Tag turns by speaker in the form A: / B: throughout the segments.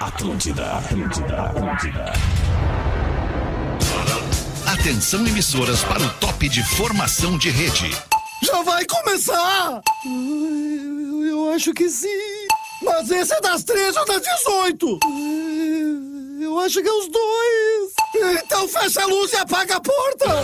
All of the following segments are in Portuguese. A: Atlântida, Atlântida, Atlântida.
B: Atenção emissoras para o top de formação de rede.
C: Já vai começar? Eu, eu acho que sim. Mas esse é das 13 ou das 18? Eu, eu acho que é os dois. Então fecha a luz e apaga a porta.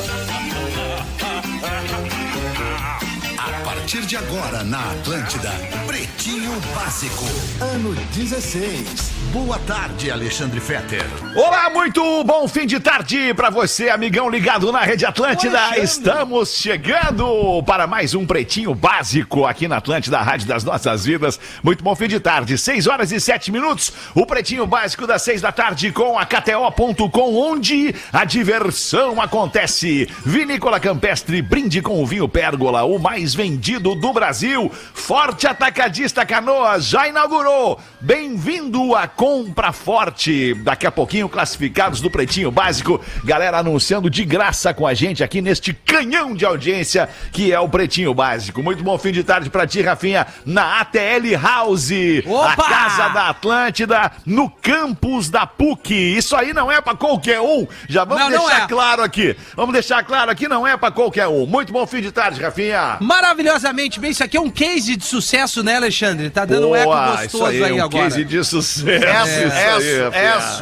B: A partir de agora na Atlântida, Pretinho Básico, ano 16. Boa tarde, Alexandre Fetter.
D: Olá, muito bom fim de tarde pra você, amigão ligado na Rede Atlântida. Estamos chegando para mais um Pretinho Básico aqui na Atlântida, a Rádio das Nossas Vidas. Muito bom fim de tarde, 6 horas e 7 minutos. O Pretinho Básico das 6 da tarde com a KTO.com, onde a diversão acontece. Vinícola Campestre, brinde com o vinho Pérgola, o mais vendido do Brasil. Forte Atacadista Canoas já inaugurou. Bem-vindo à Compra Forte. Daqui a pouquinho, classificados do Pretinho Básico. Galera anunciando de graça com a gente aqui neste canhão de audiência que é o Pretinho Básico. Muito bom fim de tarde pra ti, Rafinha, na ATL House, a
E: Opa!
D: casa da Atlântida, no campus da PUC. Isso aí não é pra qualquer um. Já vamos
E: Não, não
D: deixar
E: é.
D: claro aqui. Vamos deixar claro aqui, não é pra qualquer um. Muito bom fim de tarde, Rafinha.
E: Maravilhosamente bem, isso aqui é um case de sucesso, né, Alexandre? Tá dando
F: é
E: um eco gostoso aí,
D: um
E: agora.
D: case de sucesso.
C: isso,
D: Rafinha.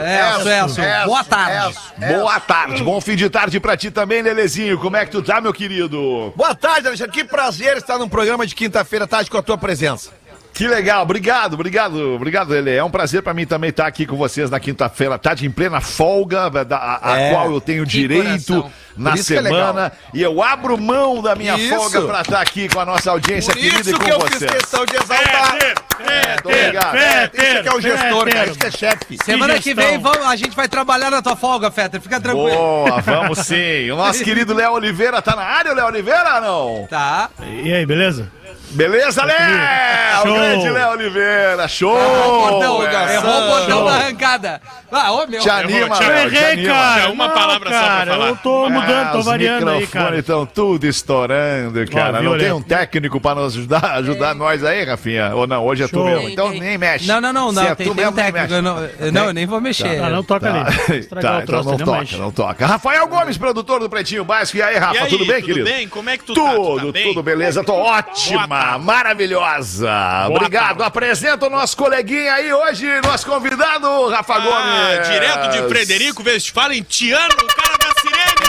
E: É, sucesso. Boa tarde.
D: Boa tarde, bom fim de tarde pra ti também, Lelezinho. Como é que tu tá, meu querido?
F: Boa tarde, Alexandre. Que prazer estar num programa de quinta-feira à tarde com a tua presença.
D: Que legal, obrigado, obrigado, obrigado, Lele. É um prazer pra mim também estar aqui com vocês na quinta-feira, à tarde em plena folga, da- a, a
F: É,
D: qual eu tenho direito
E: coração.
D: na
F: Por isso que é
D: semana. e eu abro mão da minha
F: Isso.
D: folga pra estar aqui com a nossa audiência
F: Por
D: querida e
F: isso
D: com
F: que eu fiz
D: vocês.
F: questão de exaltar.
D: Muito obrigado.
F: Esse aqui é o gestor, cara. Esse que é chefe.
E: Semana que vem vamos, a gente vai trabalhar na tua folga, Fetter. Fica tranquilo.
D: Boa, vamos sim. O nosso querido Léo Oliveira tá na área, Léo Oliveira, não?
E: Tá.
G: E aí, beleza?
D: Beleza, Léo? O
G: Tá Show. Ah,
D: grande Léo Oliveira, show!
E: bordão,
D: É,
E: errou o bordão
D: show.
E: da arrancada. Ah, ô meu.
D: Te anima,
G: Eu
D: Léo, te
G: errei,
D: anima. É,
G: cara.
H: uma
G: Não,
H: palavra só pra
G: cara,
H: falar.
G: Eu
D: Ah,
G: tô mudando, tô variando aí, cara.
D: estão tudo estourando, cara.
G: viu,
D: não tem
G: Léo?
D: um técnico pra nos ajudar, ajudar nós aí, Rafinha? Ou não, hoje é tu
G: Show.
D: mesmo. Então nem mexe.
E: Não, não, não,
D: Se
E: não.
D: é
E: tem
D: tu
E: tem
D: mesmo, nem
E: técnico.
D: mexe.
E: Eu não, eu não, eu nem vou mexer.
G: Ah, não toca
D: Tá,
G: ali. Estragar
D: tá,
G: o
D: então
G: troço,
D: não
G: não
D: toca,
G: mexe.
D: não toca. Rafael Gomes, produtor do Pretinho Básico. E aí, Rafa,
H: E aí,
D: tudo bem, querido?
H: bem? Como é que tu tá? Tu
D: Tudo,
H: tá bem?
D: tudo beleza. Tô ótima, maravilhosa. Obrigado. Apresenta o nosso coleguinha aí hoje, nosso convidado, Rafa
H: Ah,
D: Gomes.
H: direto de Frederico Westphalen, Tiano, o cara da
D: é tá
H: sirene.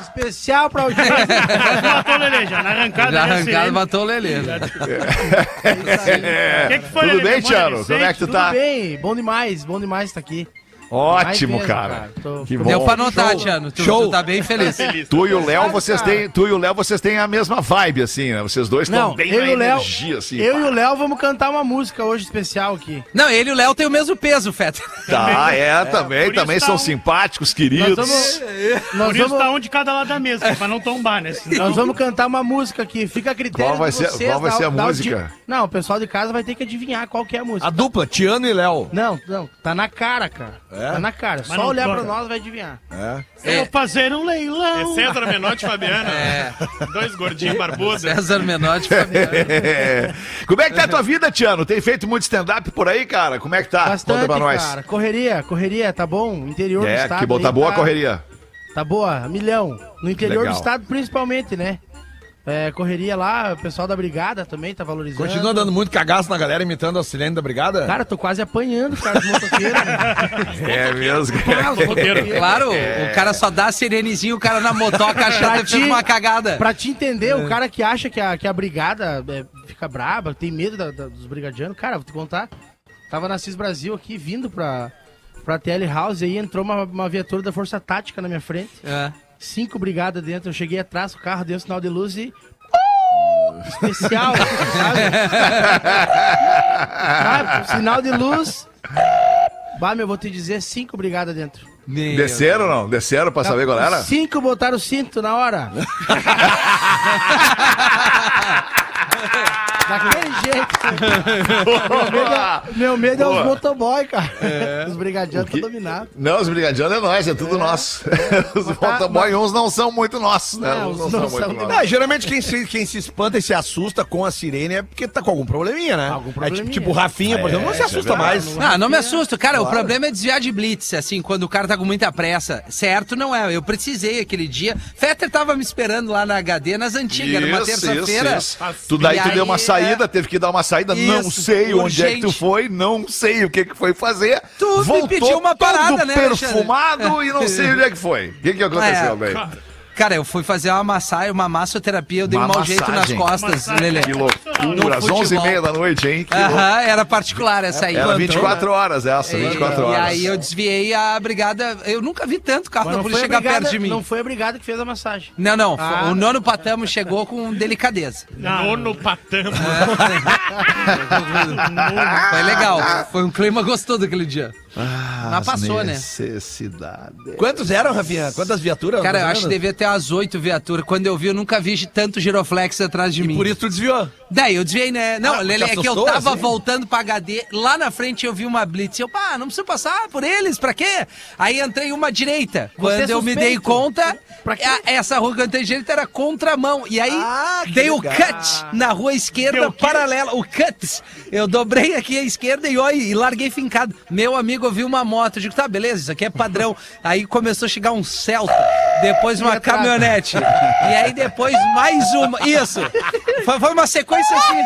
E: Especial pra audiência.
G: Matou, Lelê, já na
D: tá
G: arrancada.
E: Já
G: já
E: arrancado,
G: sei.
E: matou o Lelê. né?
G: O que que foi,
D: É. Tudo
G: Lelê?
D: bem,
G: Memória
D: Tiano? Como é que
G: recente?
D: tu tá?
I: bem, bom demais, bom demais estar aqui.
D: Ótimo,
I: Mais mesmo,
D: cara.
I: cara. Tô-
D: Que
E: Deu
D: bom.
E: pra notar, Tiano. Tu, tu tá bem feliz.
D: Tu e o Léo, vocês têm, tu e o Léo, vocês têm a mesma vibe assim, né? Vocês dois estão
I: Não,
D: bem
I: eu
D: na
I: e o Léo-
D: energia assim.
I: Eu
D: pá.
I: e o Léo vamos cantar uma música hoje especial aqui.
E: Não, ele e o Léo têm o mesmo peso, Fetter.
D: Tá, é, também,
G: por
D: também
G: isso
D: são
G: tá um-
D: simpáticos, queridos.
I: Nós vamos-
G: Por
I: Nós
G: isso
I: vamos,
G: tá um de cada lado da mesa, pra não tombar, né? Senão-
I: nós vamos cantar uma música aqui. Fica a critério
D: Qual vai
I: de
D: ser-
I: vocês,
D: qual vai
I: da-
D: ser a
I: da audi-
D: música?
I: Não, o pessoal de casa vai ter que adivinhar qual que é a música.
F: A dupla, Tiano e Léo.
I: Não, não, tá na cara, cara. Tá na cara. Só
G: não
I: olhar
G: toca.
I: pra nós vai adivinhar.
G: Eu vou fazer um
H: É
G: leilão.
H: César Menotti e Fabiana.
E: É.
H: Dois gordinhos barbudos.
E: César Menotti. Fabiano.
D: Como é que tá a tua vida, Tiano? Tem feito muito stand-up por aí, cara? Como é que tá?
I: Bastante,
D: Conta pra nós.
I: cara. Correria, correria, tá bom? Interior do
D: É,
I: estado.
D: que bom, tá
I: aí
D: boa a correria.
I: Tá boa, milhão. No interior
D: Legal.
I: do estado, principalmente, né? É, correria lá, o pessoal da brigada também tá valorizando.
F: Continua dando muito cagaço na galera imitando a Silene da Brigada?
I: Cara, tô quase apanhando, cara, de motoqueiro. né?
D: É mesmo.
E: Claro,
I: É.
E: o cara só dá a sirenezinha, o cara na motoca achando que fica uma cagada.
I: pra te entender, o cara que acha que a, que a brigada é, fica braba, tem medo da- da- dos brigadianos, cara, vou te contar. Tava na CIS Brasil aqui, vindo pra, pra TL House, aí entrou uma, uma viatura da Força Tática na minha frente.
E: É.
I: Cinco brigadas dentro, eu cheguei atrás, o carro deu sinal de luz e... Especial, sabe? Sabe? Sinal de luz... Bah, meu, vou te dizer, cinco brigadas dentro.
E: Meu
D: Desceram ou não? Desceram pra saber qual era?
I: Cinco botaram o cinto na hora. Daquele jeito. é Meu medo é
D: Boa.
I: os motoboy, cara. Os brigadianos estão dominados.
D: Não, os brigadeiros é nós, é tudo nosso.
E: É.
D: os
E: tá,
D: motoboy, uns não são muito nossos, né?
I: Não,
D: uns
I: os
D: não,
I: não
D: são,
I: são
D: muito
I: nada.
D: nossos.
F: Não, É, geralmente quem se, quem se espanta e se assusta com a sirene é porque tá com algum probleminha, né?
I: Algum
F: É tipo,
I: probleminha.
F: tipo o Rafinha, por exemplo, não se assusta mais.
E: Ah, não me assusto, cara. O problema é desviar de blitz, assim, quando o cara tá com muita pressa. Certo, não é. Eu precisei aquele dia. Fetter tava me esperando lá na HD nas antigas, numa
D: Isso,
E: terça-feira.
D: isso, isso. Tu daí
E: E
D: tu deu uma
E: aí, é
D: saída, teve que dar uma saída, não
E: Isso,
D: sei onde é que tu
E: urgente.
D: foi, não sei o que que foi fazer.
E: Tu me pediu uma parada,
D: todo
E: né, Alexandre?
D: perfumado e não sei onde é que foi. O que que aconteceu,
E: É.
D: velho?
E: Cara, eu fui fazer uma massagem, uma massoterapia, eu dei
D: Uma
E: um mau jeito nas
D: massagem.
E: costas,
G: Massagem.
E: Lelê.
D: Que loucura, às
E: futebol.
D: 11h30 da noite, hein? Que loucura.
E: Aham, era particular essa aí.
D: Era 24 horas essa,
E: E-
D: 24 horas.
E: E aí eu desviei a brigada. Eu nunca vi tanto carro
I: Mas
E: da
I: não
E: polícia
I: foi, a
E: chegar
I: brigada,
E: perto de mim.
I: não foi a brigada que fez a massagem.
E: Não, não.
I: Ah.
E: O nono patamo chegou com delicadeza.
G: Nono patamo.
E: Foi legal. Foi um clima gostoso daquele dia.
D: Ah,
E: Mas passou, né?
D: necessidade.
F: Quantos eram, Rafinha? Quantas viaturas?
E: Cara, eu
F: Mais
E: acho que
F: ou menos?
E: devia ter umas oito viaturas. Quando eu vi, eu nunca vi de tanto giroflex atrás de mim.
F: Por isso tu desviou.
E: Daí eu desviei, né? Não,
F: Ah,
E: Lele,
F: te
E: é que eu
F: assustou,
E: tava
F: assim?
E: voltando pra HD. Lá na frente eu vi uma blitz. Eu, pá, não preciso passar por eles, pra quê? Aí entrei uma direita. Quando eu me
I: suspeito.
E: dei conta,
I: Pra quê?
E: a- essa rua que eu entrei direita era contramão. E aí
F: Ah, que
E: dei o
F: legal.
E: cut na rua esquerda
G: Deu o quê?
E: paralela. O cut. Eu dobrei aqui a esquerda e, ó, e larguei fincado. Meu amigo viu uma moto. Eu digo, tá, beleza, isso aqui é padrão. aí começou a chegar um Celta. Depois uma
I: atrás.
E: caminhonete caminhonete. E aí depois mais uma. Isso. Foi, foi uma sequência assim.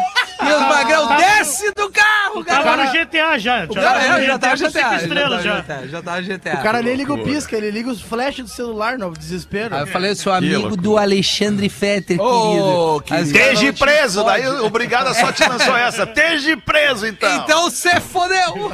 E: E o magrão desce do carro,
G: Tava no
E: cara.
G: GTA já. Já
E: Cara,
G: tava
E: é,
G: no
E: já tava
G: com
E: GTA.
G: cinco
E: Já
G: estrelas já.
E: tava GTA. Já tá. tava GTA.
I: O cara nem liga o pisca, ele liga os flashes do celular no desespero.
E: Aí eu falei, eu sou amigo do Alexandre Fetter,
F: Ô,
E: querido. As galas
D: Teje
E: não te
D: preso,
E: fodem.
D: daí obrigada só te lançou essa. Teje preso, então.
E: Então você fodeu.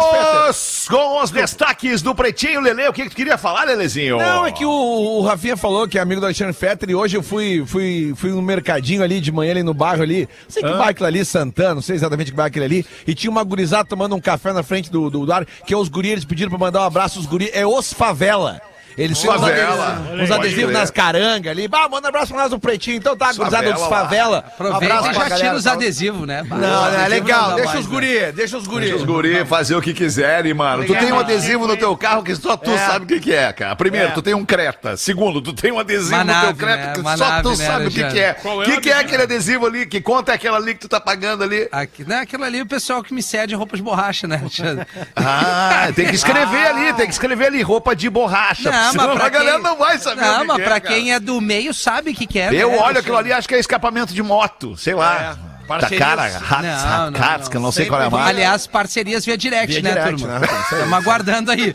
D: Vamos com os destaques do Pretinho, Lele. O que, que tu queria falar, Lelezinho?
F: Não, é que o, o Rafinha falou que é amigo do Alexandre Fetter e hoje eu fui, fui, fui no mercadinho ali de manhã, ali no bairro ali. Não
D: Ah.
F: sei que bairro aquele ali, Santana, não sei exatamente que bairro aquele ali. E tinha uma gurizada tomando um café na frente do, do, do ar, que é os guri, eles pediram pra mandar um abraço, os guri, é os favela. Eles tinham uns adesivos-
D: Favela. Olha
F: uns
D: aí. Pode
F: adesivos
D: crer.
F: nas carangas ali. Bah, manda um abraço pra nós do pretinho. Então tá, gurizada dos
D: favela lá.
F: favela.
E: Aproveita e já tira os
F: tá?
E: adesivos, né?
F: Não, não, é legal. Deixa os
E: guris.
F: guri, deixa os guri.
D: Deixa os guri fazer o que quiserem, mano. Tu tem um adesivo no teu carro que só tu sabe o que, que é, cara. Primeiro, tu tem um Creta. Segundo, tu tem um adesivo
E: Uma
D: no teu
E: nave,
D: Creta
E: né?
D: que
E: Uma
D: só
E: nave,
D: tu
E: né,
D: sabe o que,
E: Alexandre?
D: que é.
H: Qual
D: O
H: é
D: que,
H: o
D: que é
H: adesivo?
D: aquele adesivo ali? Que conta é aquela ali que tu tá pagando ali?
E: Aqui, não, aquilo ali é o pessoal que me cede roupa de borracha, né, Alexandre?
D: Ah, tem que escrever ali, tem que escrever ali, roupa de borracha.
E: Não,
D: senão
E: mas pra
D: a galera
E: quem-
D: não vai saber
E: Não,
D: o que,
E: mas
D: que
E: pra
D: é, cara.
E: quem é do meio sabe o que, que é.
D: Eu olho
E: né,
D: aquilo
E: Alexandre?
D: ali, acho que é escapamento de moto, sei lá. Da
F: parcerias.
D: cara, Hats-
E: É, assim. Não, não,
D: Hats, que eu não sei qual é a marca.
E: Aliás, parcerias via direct,
F: Via
E: né,
F: direct,
E: turma?
F: né?
E: Estamos aguardando aí.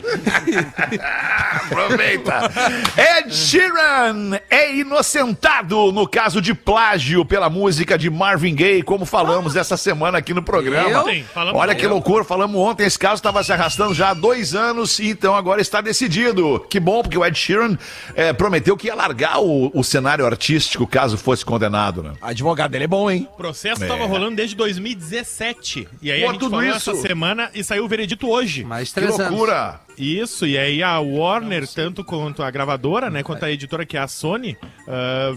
D: Aproveita. Ed Sheeran é inocentado no caso de plágio pela música de Marvin Gaye, como falamos essa semana aqui no programa.
E: Eu?
G: Sim, falamos
D: Olha que loucura, falamos ontem, esse caso estava se arrastando já há dois anos e então agora está decidido. Que bom, porque o Ed Sheeran eh, prometeu que ia largar o, o cenário artístico caso fosse condenado, né?
F: Advogado dele é bom, hein?
H: O processo estava rolando desde 2017. E aí
D: Pô,
H: a gente
D: tudo
H: falou
D: isso?
H: essa semana e saiu o veredito hoje.
E: Mais
D: Que
E: três anos.
D: loucura.
H: Isso, e aí a Warner, tanto quanto a gravadora, né, quanto a editora que é a Sony, ah,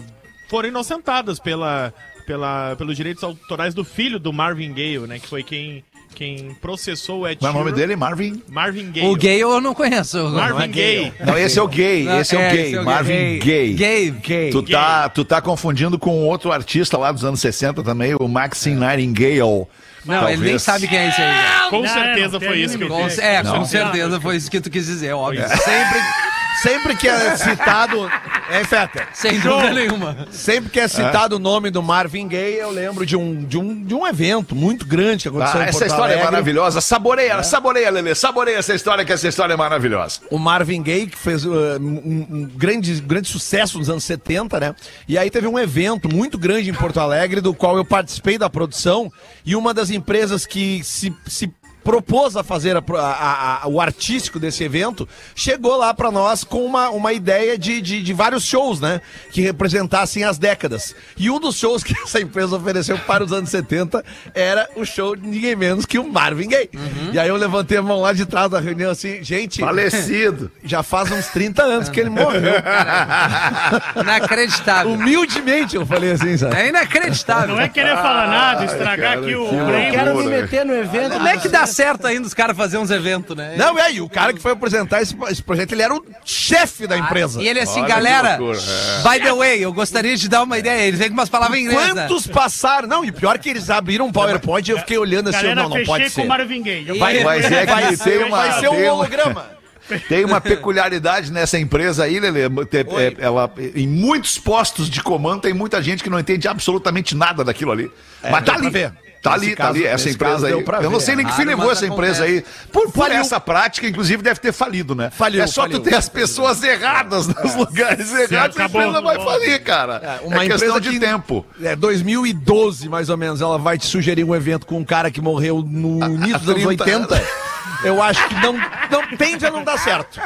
H: foram inocentadas pela, pela, pelos direitos autorais do filho do Marvin Gaye, né, que foi quem, quem processou o Ed
D: Qual é o nome
H: Sheeran.
D: dele? Marvin?
H: Marvin Gaye.
E: O gay eu não conheço.
H: Marvin Gaye.
D: Não, esse é o gay,
E: Não,
D: esse é, o
E: é,
D: gay,
E: esse é o
D: Marvin
E: gay.
D: Gay.
E: Gay. Gay.
D: Tu tá, tu tá confundindo com outro artista lá dos anos 60 também, o Maxine Nightingale.
E: Não, ele nem sabe quem é esse aí.
H: Com
G: Não,
H: certeza
G: não,
H: foi
G: tem
H: isso que eu
E: Com,
G: mínimo.
H: fiz.
E: é,
D: Não.
E: com certeza foi isso que tu quis dizer, óbvio.
D: É.
F: Sempre, sempre que é citado. É, Feta.
E: Sem dúvida nenhuma.
F: Sempre que é citado o nome do Marvin Gaye, eu lembro de um, de um, de um evento muito grande que aconteceu em
D: Ah,
F: Porto
D: essa história é
F: Alegre.
D: maravilhosa. Saboreia, saboreia, Lelê. Saboreia essa história, que essa história é maravilhosa.
F: O Marvin Gaye, que fez uh, um, um grande, grande sucesso nos anos 70, né? E aí teve um evento muito grande em Porto Alegre, do qual eu participei da produção, e uma das empresas que se, se propôs a fazer a pro- a- a- a- o artístico desse evento, chegou lá pra nós com uma, uma ideia de, de, de vários shows, né? Que representassem as décadas. E um dos shows que essa empresa ofereceu para os anos 70 era o show de ninguém menos que o Marvin Gaye. E aí eu levantei a mão lá de trás da reunião assim, gente,
D: Falecido.
F: já faz uns 30 anos que ele morreu.
E: Inacreditável.
F: Humildemente eu falei assim, sabe?
E: É inacreditável.
G: Não é querer falar nada, estragar
D: cara,
G: aqui o
D: que
G: prêmio.
I: Quero me
D: Loucura,
I: meter no evento.
E: Como é que dá certo ainda os caras fazerem uns eventos, né?
F: Não, é, e o cara que foi apresentar esse, esse projeto, ele era o chefe da empresa.
E: E ele assim,
D: Olha que
E: galera,
D: loucura, é.
E: by the way, eu gostaria de dar uma ideia. Ele vem com umas palavras em inglês. né?
F: Quantos passaram? Não, e pior que eles abriram um PowerPoint e eu fiquei olhando assim,
G: Galera,
F: não, não
G: fechei
F: pode
G: com o
F: ser.
G: Marvin Gaye. Eu-
E: Vai-
D: Mas é que
F: Vai
D: tem
F: ser,
D: uma,
F: vai ser
D: tem
F: um
D: uma-
F: holograma.
D: Tem uma peculiaridade nessa empresa aí, Lele. Te- é, Ela, em muitos postos de comando tem muita gente que não entende absolutamente nada daquilo ali. mas
F: É, deu
D: tá ali.
F: pra ver.
D: Tá
F: Nesse
D: ali, tá
F: caso-
D: ali,
F: nesse
D: essa
F: caso
D: empresa aí.
F: deu pra
D: Eu não
F: ver.
D: sei nem que
E: É
D: fim
E: raro,
D: levou
E: mas
D: essa empresa aí. Por, por essa prática, inclusive, deve ter falido, né?
F: Faliu,
D: É só
F: faliu.
D: tu ter as pessoas erradas nos lugares errados, a
G: acabou.
D: empresa vai falir, cara.
F: É, uma
D: é questão
F: empresa
D: de
F: que-
D: tempo.
F: É, 2012, mais ou menos, ela vai te sugerir um evento com um cara que morreu no início dos anos
D: 30
F: 80. Eu acho que não, não tende a não dar certo.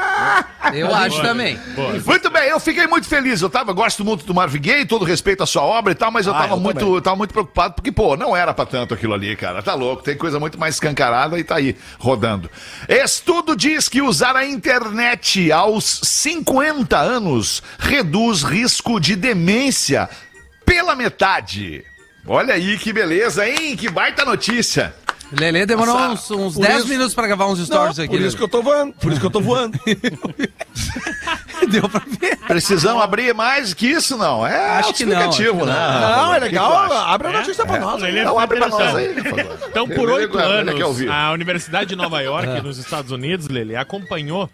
E: Eu acho também.
D: Muito bem, eu fiquei muito feliz. Eu tava, gosto muito do Marvin Gaye, todo respeito à sua obra e tal,
E: Ah,
D: mas eu tava
F: eu
D: muito, tava muito preocupado porque, pô, não era pra tanto aquilo ali, cara. Tá louco, tem coisa muito mais escancarada e tá aí rodando. Estudo diz que usar a internet aos 50 anos reduz risco de demência pela metade. Olha aí que beleza, hein? Que baita notícia.
E: Lele demorou uns,
F: Nossa,
E: uns
F: por
E: 10
F: isso-
E: minutos pra gravar uns stories
F: Não,
E: aqui. né?
F: por isso que eu tô voando, por isso que eu tô voando.
E: que deu pra ver.
D: Precisamos abrir mais que isso, não. É
E: Acho que não,
D: explicativo,
E: acho
D: né?
E: que
F: Não, é
D: O que que tu
F: legal,
D: acha?
F: abre a notícia pra nós.
G: Ele é
D: Então abre pra nós
G: federação.
D: aí, por favor.
G: Então, por
D: Ele-
G: oito
D: ele quer
G: anos,
D: ouvir.
G: a Universidade de Nova York, nos Estados Unidos, Lele, acompanhou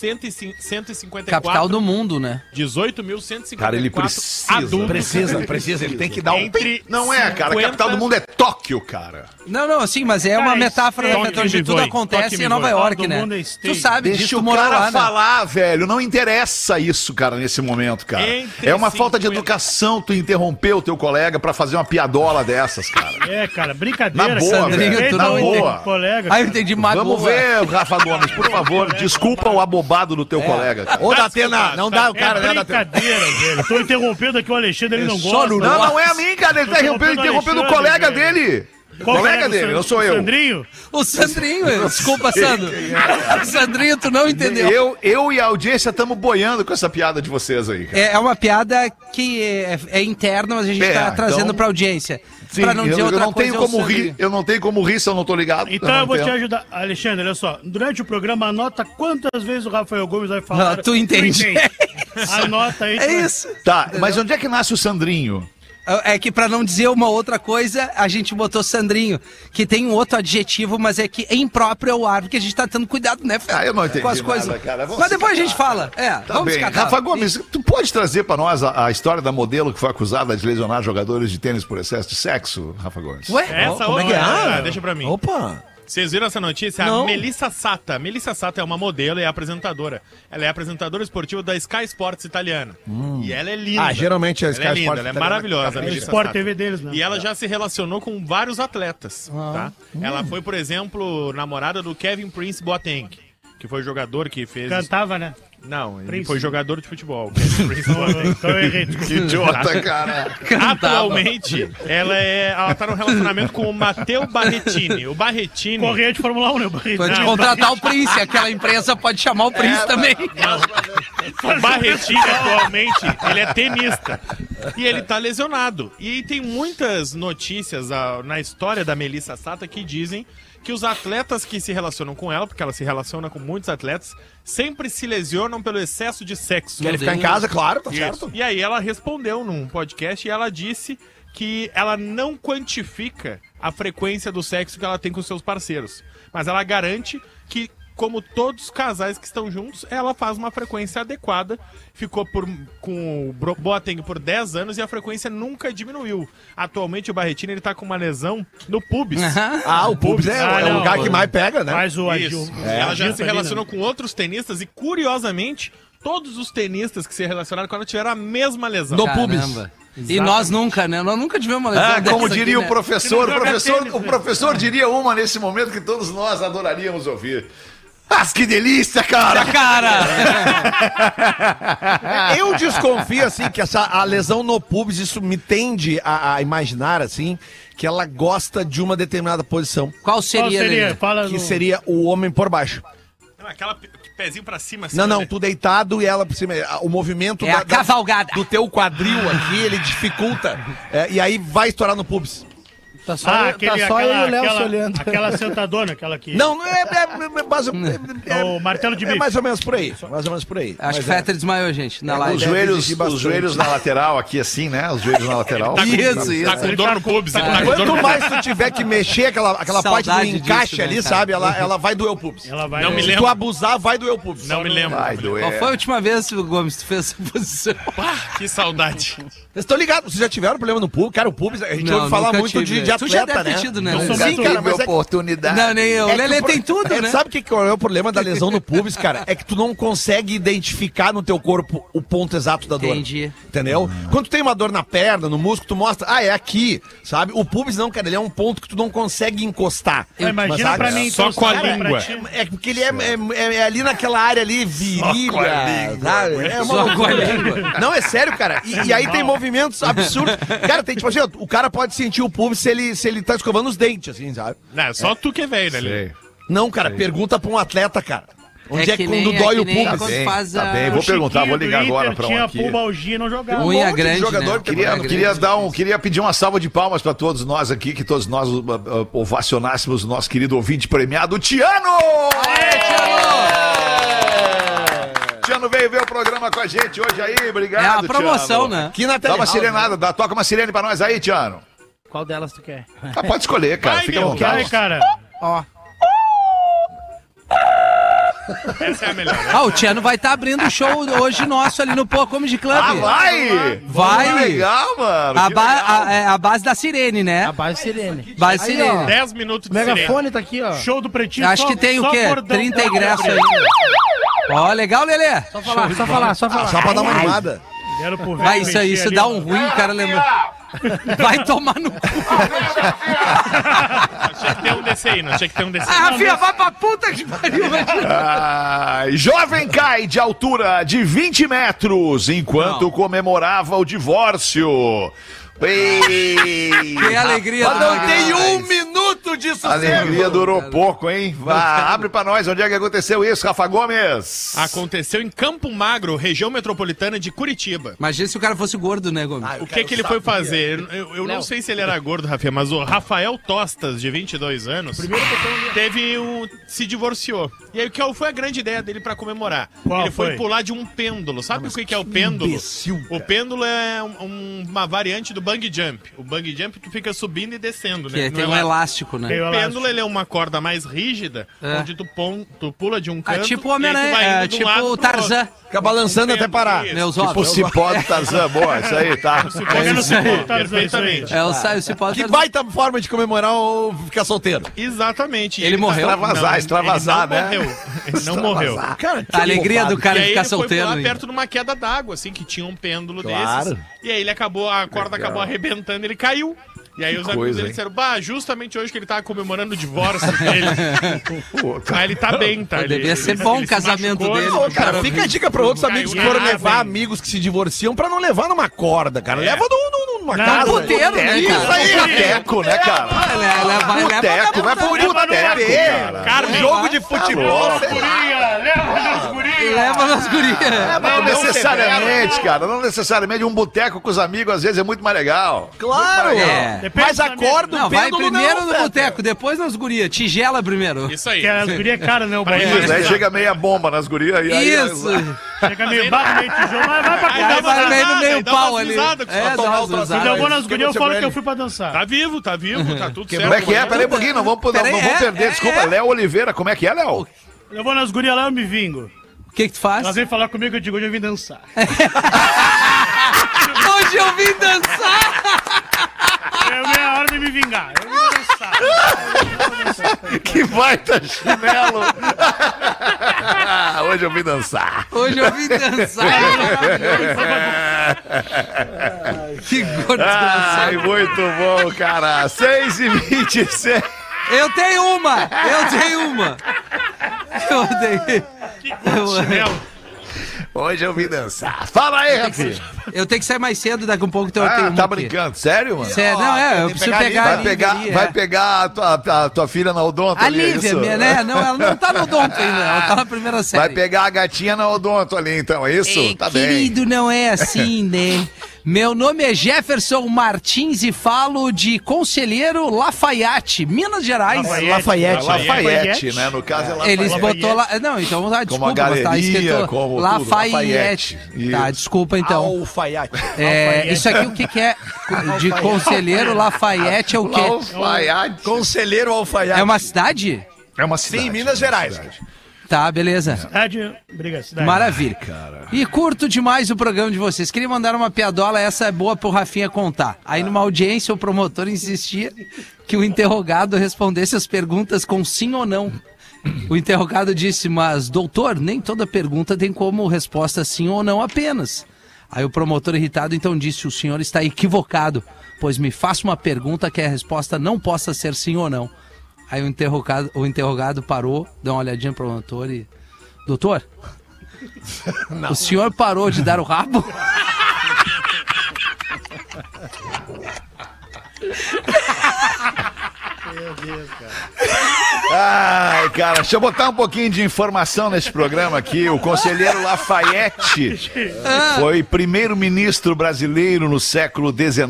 G: 18.154
E: Capital do mundo, né?
G: 18.154
D: Cara, ele precisa.
G: adultos.
F: Precisa, precisa, ele tem que dar um...
G: Entre
D: Não é, cara. A capital do mundo é Tóquio, cara.
E: Não, não, assim, mas é uma
G: Cara,
E: metáfora da
G: toque
E: meteorologia.
G: me
E: Tudo
G: voe,
E: acontece
G: toque me
E: em Nova
G: voe.
E: York,
G: Todo
E: né?
G: mundo é stage.
E: Tu sabe disso,
D: Deixa
E: tu
D: o
E: morou
D: cara
E: lá, né?
D: falar, velho. Não interessa isso, cara, nesse momento, cara.
G: Entre
D: é uma falta de
G: 50.
D: educação tu interromper o teu colega pra fazer uma piadola dessas, cara.
G: É, cara, brincadeira.
D: Na boa,
G: cara.
D: velho,
G: Respeita
D: na
G: o
D: boa.
G: Colega,
E: Ah, eu
G: cara.
E: entendi, magoa.
D: Vamos ver, Rafa Gomes, por favor, desculpa o abobado do teu
E: É.
D: colega. Cara.
F: Ô, Datena, não dá o cara,
G: é
F: né, Datena?
G: brincadeira, velho. Tô interrompendo aqui o Alexandre, ele não
E: só
G: gosta.
E: no
D: Não, não é a mim, cara. Ele tá
G: Eu tô
D: interrompendo, interrompendo
G: interrompendo
D: o colega
G: é Alexandre,
D: dele.
G: Qual
D: colega
G: é?
D: dele,
G: San-
D: não sou eu.
G: Sandrinho?
E: O Sandrinho, desculpa, Sandro.
D: é.
E: Sandrinho, tu não entendeu.
D: Eu, eu e a audiência estamos boiando com essa piada de vocês aí, cara.
E: É é uma piada que é, é interna, mas a gente
D: É,
E: tá
D: então-
E: trazendo pra audiência.
D: Sim,
E: pra não dizer
D: eu,
E: outra
D: eu não
E: coisa,
D: tenho
E: é o
D: como rir,
E: Sandrinho.
D: eu não tenho como rir se eu não tô ligado.
G: Então eu vou te
D: entendo.
G: ajudar. Alexandre, olha só. Durante o programa, anota quantas vezes o Rafael Gomes vai falar.
E: Não, tu entende.
G: anota aí. tu
E: É
G: vai-
E: isso.
D: Tá, mas onde é que nasce o Sandrinho?
E: É que pra não dizer uma outra coisa, a gente botou Sandrinho, que tem um outro adjetivo, mas é que é impróprio ao ar, porque a gente tá tendo cuidado, né, Fer?
D: Ah, eu não entendi
E: Com as
D: nada,
E: coisas.
D: cara. Vamos
E: mas
D: se
E: depois a gente
D: catar.
E: fala. É,
D: Tá
E: vamos
D: bem.
E: descartar.
D: Rafa Gomes, tu pode trazer pra nós a, a história da modelo que foi acusada de lesionar jogadores de tênis por excesso de sexo, Rafa Gomes?
E: Ué?
G: Essa
F: Como é que é?
G: outra, deixa pra mim.
F: Opa!
G: Vocês viram essa notícia?
F: Não.
G: A Melissa Sata. Melissa Sata é uma modelo e é apresentadora. Ela é apresentadora esportiva da Sky Sports italiana. E ela é linda.
F: Ah, geralmente a
G: Ela
F: Sky Sports
G: é linda, ela é
F: italiana
G: maravilhosa. a
F: é
G: Melissa
F: Sport
G: Sata.
F: TV
G: deles, né? E ela já se relacionou com vários atletas,
F: Ah.
G: tá?
F: Hum.
G: Ela foi, por exemplo, namorada do Kevin Prince Boateng, que foi o jogador que fez...
J: Cantava, né?
G: Não, ele
J: Prince.
G: foi jogador de futebol. o Kevin Prince Boateng.
J: Então eu errei.
D: Que idiota, cara.
G: Atualmente, ela, é, ela tá num relacionamento com o Matteo Barretini. O Barretini...
J: Correia de Fórmula 1, né?
E: Pode
J: Não,
E: contratar o Prince, aquela empresa pode chamar o
D: É,
E: Prince também.
G: O Barretini atualmente, ele é tenista. E ele tá lesionado. E tem muitas notícias ah, na história da Melissa Sata que dizem que os atletas que se relacionam com ela, porque ela se relaciona com muitos atletas, sempre se lesionam pelo excesso de sexo.
F: Quer ficar em casa, claro, tá certo.
G: E aí ela respondeu num podcast e ela disse que ela não quantifica a frequência do sexo que ela tem com seus parceiros. Mas ela garante que, como todos os casais que estão juntos, ela faz uma frequência adequada. Ficou por- com o Bro- Boateng por 10 anos e a frequência nunca diminuiu. Atualmente o Barretini ele tá com uma lesão no pubis.
F: Ah, o Pubs é,
J: Ah,
F: é o
J: não,
F: lugar
J: o-
F: que mais pega, né?
J: Mas o Agil.
G: Isso. É. Ela já tá né? se relacionou com outros tenistas e, curiosamente, todos os tenistas que se relacionaram com ela tiveram a mesma lesão.
F: No
E: Caramba.
F: Pubs.
E: E nós nunca, né? Nós nunca tivemos uma lesão
D: Ah, como
E: dessa
D: diria o
E: aqui, né?
D: professor, o
G: joga
D: professor,
G: tênis,
D: o
G: né?
D: professor diria uma nesse momento que todos nós adoraríamos ouvir. Ah, que delícia, cara!
E: Cara!
F: Eu desconfio, assim, que essa, a lesão no pubis, isso me tende a, a imaginar, assim, que ela gosta de uma determinada posição,
E: Qual seria,
K: Qual seria?
E: Lelê?
K: Fala
F: que
K: no-
F: seria o homem por baixo.
G: Não, aquela pe- pezinho pra cima assim.
F: Não, não,
G: né?
F: tu deitado e ela por cima. O movimento
E: É a cavalgada.
F: do teu quadril aqui, ele dificulta. É, e aí vai estourar no pubis.
K: Tá só,
I: Ah,
K: eu-
I: aquele,
K: tá só
I: aquela,
K: eu e o Léo se
I: aquela,
K: olhando.
I: aquela sentadona, aquela que...
F: Não, não é, é, é, base- é- é-
I: O martelo de
F: é
I: bife.
F: mais ou menos por aí. Mais ou menos por aí.
E: Acho que
F: Mas
E: o
F: é.
E: Fetter desmaiou, gente, na
D: Os
E: live.
D: joelhos,
F: exigir
D: os
F: bastante.
D: joelhos na lateral aqui assim, né? Os joelhos na lateral.
E: Isso,
G: Tá
E: isso.
G: com dor no pubis. ele tá com dor
F: Quanto
G: no
F: mais tu tiver que mexer aquela, aquela parte do
E: Saudade disso,
F: encaixe
E: né,
F: ali,
E: cara?
F: sabe? Ela, ela vai doer o pubis.
I: Ela vai...
G: Não me
F: Se
G: lembro.
F: tu abusar, vai doer o pubis.
G: Não me lembro.
D: Vai
E: Qual
D: doer.
E: foi a última vez, Gomes, que tu fez essa posição?
G: Pá, que saudade.
F: Vocês estão ligados? Vocês já tiveram problema no pubis? Cara, o pubis, a gente
E: Não,
F: ouve falar
E: nunca
F: muito
E: tive,
F: de,
E: né?
F: de
E: Tu
F: atleta,
E: já deve ter
F: né?
E: tido, né?
I: Eu sou
F: Sim,
I: muito
F: cara, mas é que-
D: oportunidade.
E: Não, nem
F: É
E: eu. o
F: que
E: Lelê
F: o pro-
E: tem tudo,
F: é,
E: né?
F: Sabe o que, que é o problema da lesão no pubis, cara? É que tu não consegue identificar no teu corpo o ponto exato da dor.
E: Entendi.
F: Entendeu? Quando tu tem uma dor na perna, no músculo, tu mostra, ah, é aqui, sabe? O pubis não, cara, ele é um ponto que tu não consegue encostar.
I: Mas Imagina
F: Mas,
I: pra
F: cara,
I: mim,
G: só
I: então,
G: com a
I: cara,
G: língua.
I: pra ti-
F: É porque ele é, é- é ali naquela área ali, virilha, sabe? É uma
E: Só com a
F: loucura.
E: língua.
F: Não, é sério, cara. E, e aí tem movimentos absurdos. Cara, tem tipo assim, ó, o cara pode sentir o pubis se ele, se ele tá escovando os dentes, assim, sabe?
G: Não, só tu que é velho, né, Lelê?
D: Sei.
F: Não, cara, pergunta pra um atleta, cara. Onde é,
E: que
F: quando
E: nem-
F: dói
E: que
F: o
E: nem
F: pubis?
E: quando
D: Bem,
E: faz
D: tá
E: a-
D: bem, vou perguntar, vou ligar
I: Chiquinho do
D: agora
I: Inter
D: pra um
I: tinha
D: aqui.
I: pubalgia e não jogava.
E: Unha
F: monte de
E: grande,
F: jogador
E: né?
F: que
D: Queria,
E: Unha
D: queria
E: grande.
D: dar um, queria pedir uma salva de palmas para todos nós aqui, que todos nós uh, uh, ovacionássemos o nosso querido ouvinte premiado, Tiano! É. Tiano veio ver o programa com a gente hoje aí, obrigado.
E: É uma promoção,
D: Tiano.
E: né?
F: Aqui na
D: Dá
F: tele-
D: uma serenada, dá, toca uma sirene pra nós aí, Tiano.
K: Qual delas tu quer?
D: Ah, pode escolher, cara,
G: Vai,
D: fica à
G: meu,
D: vontade.
I: Vai, cara.
K: Ó,
G: Essa é a melhor.
E: Ah, o Tiano vai estar abrindo o show hoje nosso ali no Pô Comedy Club.
D: Ah, vai!
E: Vai!
D: Que legal, mano!
E: A,
D: que
E: ba-
D: legal.
E: a- é a base da sirene, né?
K: a base Sirene.
E: Base
K: Aí,
E: sirene.
K: ó.
G: 10 minutos
K: O
G: de sirene.
K: megafone tá aqui, ó.
I: Show do Pretinho.
E: Acho
I: só-
E: que tem o
I: só
E: quê?
I: bordão.
E: 30 ingressos aí. Ó, legal, Lelê.
K: Só falar, só falar, só falar.
F: Só pra dar uma animada.
I: Quero pro velho
E: Vai, isso aí,
I: mexer
E: isso
I: ali,
E: dá
I: ó.
E: um ruim, o cara lembra. Vai tomar no cu.
G: Tinha que ter um desse aí, não tinha que ter um desse
E: Ah,
G: aí.
E: Rafinha, vai pra puta que pariu, velho.
D: Ah, jovem cai de altura de 20 metros enquanto
E: Não.
D: comemorava o divórcio. Ei,
E: Que alegria, né?
D: Ah,
E: do
D: não
E: Magrão.
D: tem um.
F: minuto de
D: A alegria durou pouco, hein? Vá, abre pra nós onde é que aconteceu isso, Rafa Gomes.
G: Aconteceu em Campo Magro, região metropolitana de Curitiba.
E: Imagina se o cara fosse gordo, né, Gomes?
G: O que, que ele foi fazer? Eu- Eu, eu não sei se ele era gordo, Rafinha, mas o Rafael Tostas, de 22 anos, teve um, se divorciou. E aí, qual foi a grande ideia dele pra comemorar?
I: Qual
G: ele foi,
I: foi?
G: pular de um pêndulo. Sabe o que, que é o pêndulo?
F: imbecil,
G: o pêndulo é um- um- uma variante do bungee jump. O bungee jump, tu fica subindo e descendo, né?
E: Que
G: Não
E: tem
G: é
E: um
G: lá-
E: elástico, né?
I: Tem o
G: O
I: elástico.
G: pêndulo ele é uma corda mais rígida,
E: É.
G: onde tu, pon, tu pula de um
E: Ah,
G: canto.
E: tipo o
G: e aí tu
E: Homem-Aranha,
G: vai indo
E: é,
G: de um
E: tipo
G: lado
E: o
G: pro outro.
E: Tarzan,
F: Fica balançando até parar.
G: Isso.
E: meus
D: Tipo o
E: olhos.
D: cipó do Tarzan, boa, isso aí, tá?
I: Pega no
E: isso aí.
I: cipó, tá,
G: É Perfeitamente.
E: É o saio cipó.
F: Que baita forma de comemorar o ficar solteiro.
G: Exatamente.
E: Ele morreu?
D: Extravasar,
G: Não,
D: extravasar,
G: ele não
D: né?
G: Morreu. Ele não morreu.
F: Cara, que
E: tá A alegria do
F: roubado.
E: cara
G: e aí
E: ficar
G: ele foi
E: solteiro.
G: pular
E: hein?
G: perto de uma queda d'água, assim, que tinha um pêndulo
F: Claro.
G: desses. E aí ele acabou, a corda acabou arrebentando, ele caiu. E aí os amigos
D: coisa,
G: dele
D: hein?
G: disseram, bah, justamente hoje que ele tava comemorando o divórcio dele.
D: Pô, cara,
G: Mas ele tá bem, tá?
E: Mas
G: Ele-
E: devia
G: ele-
E: ser bom
G: ele
E: o
G: se
E: casamento
G: machucou,
E: dele.
F: Ô, cara, fica a dica pra outros
G: Caiu
F: amigos que foram
G: nada,
F: levar
G: hein?
F: amigos que se divorciam pra não levar numa corda, cara.
G: É.
F: Leva num- num- numa
I: Não,
F: casa.
E: puteiro, né,
F: Isso
E: cara?
F: aí, rapé.
D: Boteco, né, cara?
E: Ah, le- leva- leva
D: Boteco, vai pro boteco, cara.
G: Carmen, tá
F: Jogo de futebol.
D: louco.
I: Guria, leva meus gurias.
E: Leva nas gurias.
D: Mas não necessariamente, cara. Não necessariamente. Um boteco com os amigos, às vezes, é muito mais legal.
F: Claro.
E: É.
I: Depende
F: Mas a
I: do
F: corda,
E: Não,
F: o
E: vai
F: pêndulo
E: primeiro
F: não.
E: no boteco, depois nas gurias. Tigela primeiro.
G: Isso aí.
I: Que as gurias é cara, né? O
G: Mas-
I: banheiro.
D: Isso, aí chega meia bomba nas gurias. E aí,
E: Isso.
I: Chega meio barro, meio tijolo, mas vai pra
G: Aí
E: Aí
G: dá
I: cuidar.
G: uma
E: vai meio no
G: risada, aí
E: meio
G: dá umas
E: pau ali.
G: risadas com
E: É,
G: só
E: dá
F: tomar
E: umas
F: o troço.
I: Quando eu
E: risadas.
I: vou nas gurias, eu falo que eu fui pra
G: Tá
I: dançar.
G: vivo, tá vivo, tá tudo certo.
D: Como é que é?
G: Mas-
D: Peraí um pouquinho, não vamos, não,
E: Peraí,
D: não vamos
E: é,
D: perder.
E: é,
D: Desculpa,
E: é.
D: Léo Oliveira, como é que é, Léo?
I: Eu vou nas gurias lá, eu me vingo.
E: O que que tu
I: Ela
E: faz?
I: vem falar comigo, eu digo, hoje eu vim dançar.
E: Hoje eu vim dançar!
I: É a minha hora de me vingar. Eu vim dançar.
D: Que baita chinelo! Ah, Hoje eu vim dançar.
E: Hoje eu vim dançar. que gordo
D: Ai,
E: desgraçado.
D: muito bom, cara. 6 e 26
E: Eu tenho uma! Eu tenho uma! Eu tenho. Eu,
D: Hoje eu vim dançar. Fala aí, Rafi.
E: eu tenho que sair mais cedo, daqui a um pouco então eu tenho
D: Ah,
E: uma
D: tá
E: aqui.
D: brincando. Sério, mano?
E: Cê- não, é, eu preciso pegar, a
D: Vai
E: Lívia
D: pegar,
E: ali, é.
D: vai pegar a tua, a tua filha na odonto
E: A
D: ali, é
E: Lívia,
D: isso?
E: minha, né? Não, ela não tá no odonto ainda, ela tá na primeira série.
D: Vai pegar a gatinha na odonto ali, então, é isso?
E: É,
D: tá bem.
E: querido, não é assim, né? Meu nome é Jefferson Martins e falo de Conselheiro Lafayette, Minas Gerais.
D: É
I: Lafayette.
D: Lafayette, né? No caso é Lafayette.
E: Eles botou lá. Não, então tá,
D: Como a
E: desculpa, mas tá
D: galeria,
E: escrito
D: como tudo,
E: Lafayette.
D: Lafayette.
E: Tá,
D: Isso.
E: desculpa então.
F: Alfaiate.
E: É, isso aqui o que, que é? De Conselheiro Lafayette é o quê?
D: Lafayette.
F: Conselheiro Alfaiate.
E: É uma cidade?
D: É uma cidade.
F: Sim, Minas Gerais.
E: Tá, beleza.
J: Cidade. Obrigado, cidade.
E: Maravilha. E curto demais o programa de vocês. Queria mandar uma piadola, essa é boa pro Rafinha contar. Aí numa audiência o promotor insistia que o interrogado respondesse as perguntas com sim ou não. O interrogado disse, mas doutor, nem toda pergunta tem como resposta sim ou não apenas. Aí o promotor irritado então disse, o senhor está equivocado, pois me faça uma pergunta que a resposta não possa ser sim ou não. Aí o interrogado, o interrogado parou, deu uma olhadinha no promotor e... Doutor, o senhor parou de dar o rabo?
D: Ai, cara, deixa eu botar um pouquinho de informação nesse programa aqui. O conselheiro Lafayette foi primeiro-ministro brasileiro no século XIX.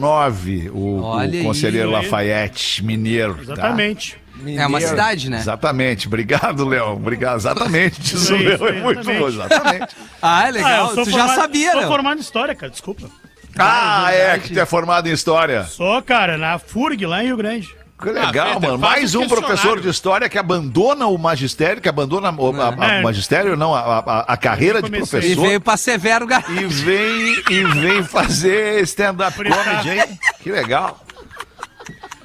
D: O, o
E: Olha aí.
D: conselheiro Lafayette, mineiro. tá?
J: Exatamente.
E: É uma cidade, né?
D: Exatamente, obrigado, Léo. Obrigado, exatamente. Diz
J: Isso,
D: o Léo, é
J: exatamente.
D: muito bom, exatamente.
E: Ah, é
J: Ah, eu
E: legal.
J: sou
E: tu já
J: formado-
E: sabia,
J: Sou
E: né?
J: formado em história, cara, desculpa.
D: Ah, é, que tu é formado em história.
J: Sou, cara, na FURG, lá em Rio Grande.
D: Que legal,
H: Peter,
D: mano.
H: faz
D: Mais
H: um
D: um professor
H: questionário.
D: de história que abandona o magistério, que abandona o a- a-
J: É.
D: o magistério, não, a, a- a carreira de
J: Comecei.
E: E
D: professor.
E: veio pra Severo Gar...
D: E vem, e vem fazer stand-up comedy, hein? Que legal.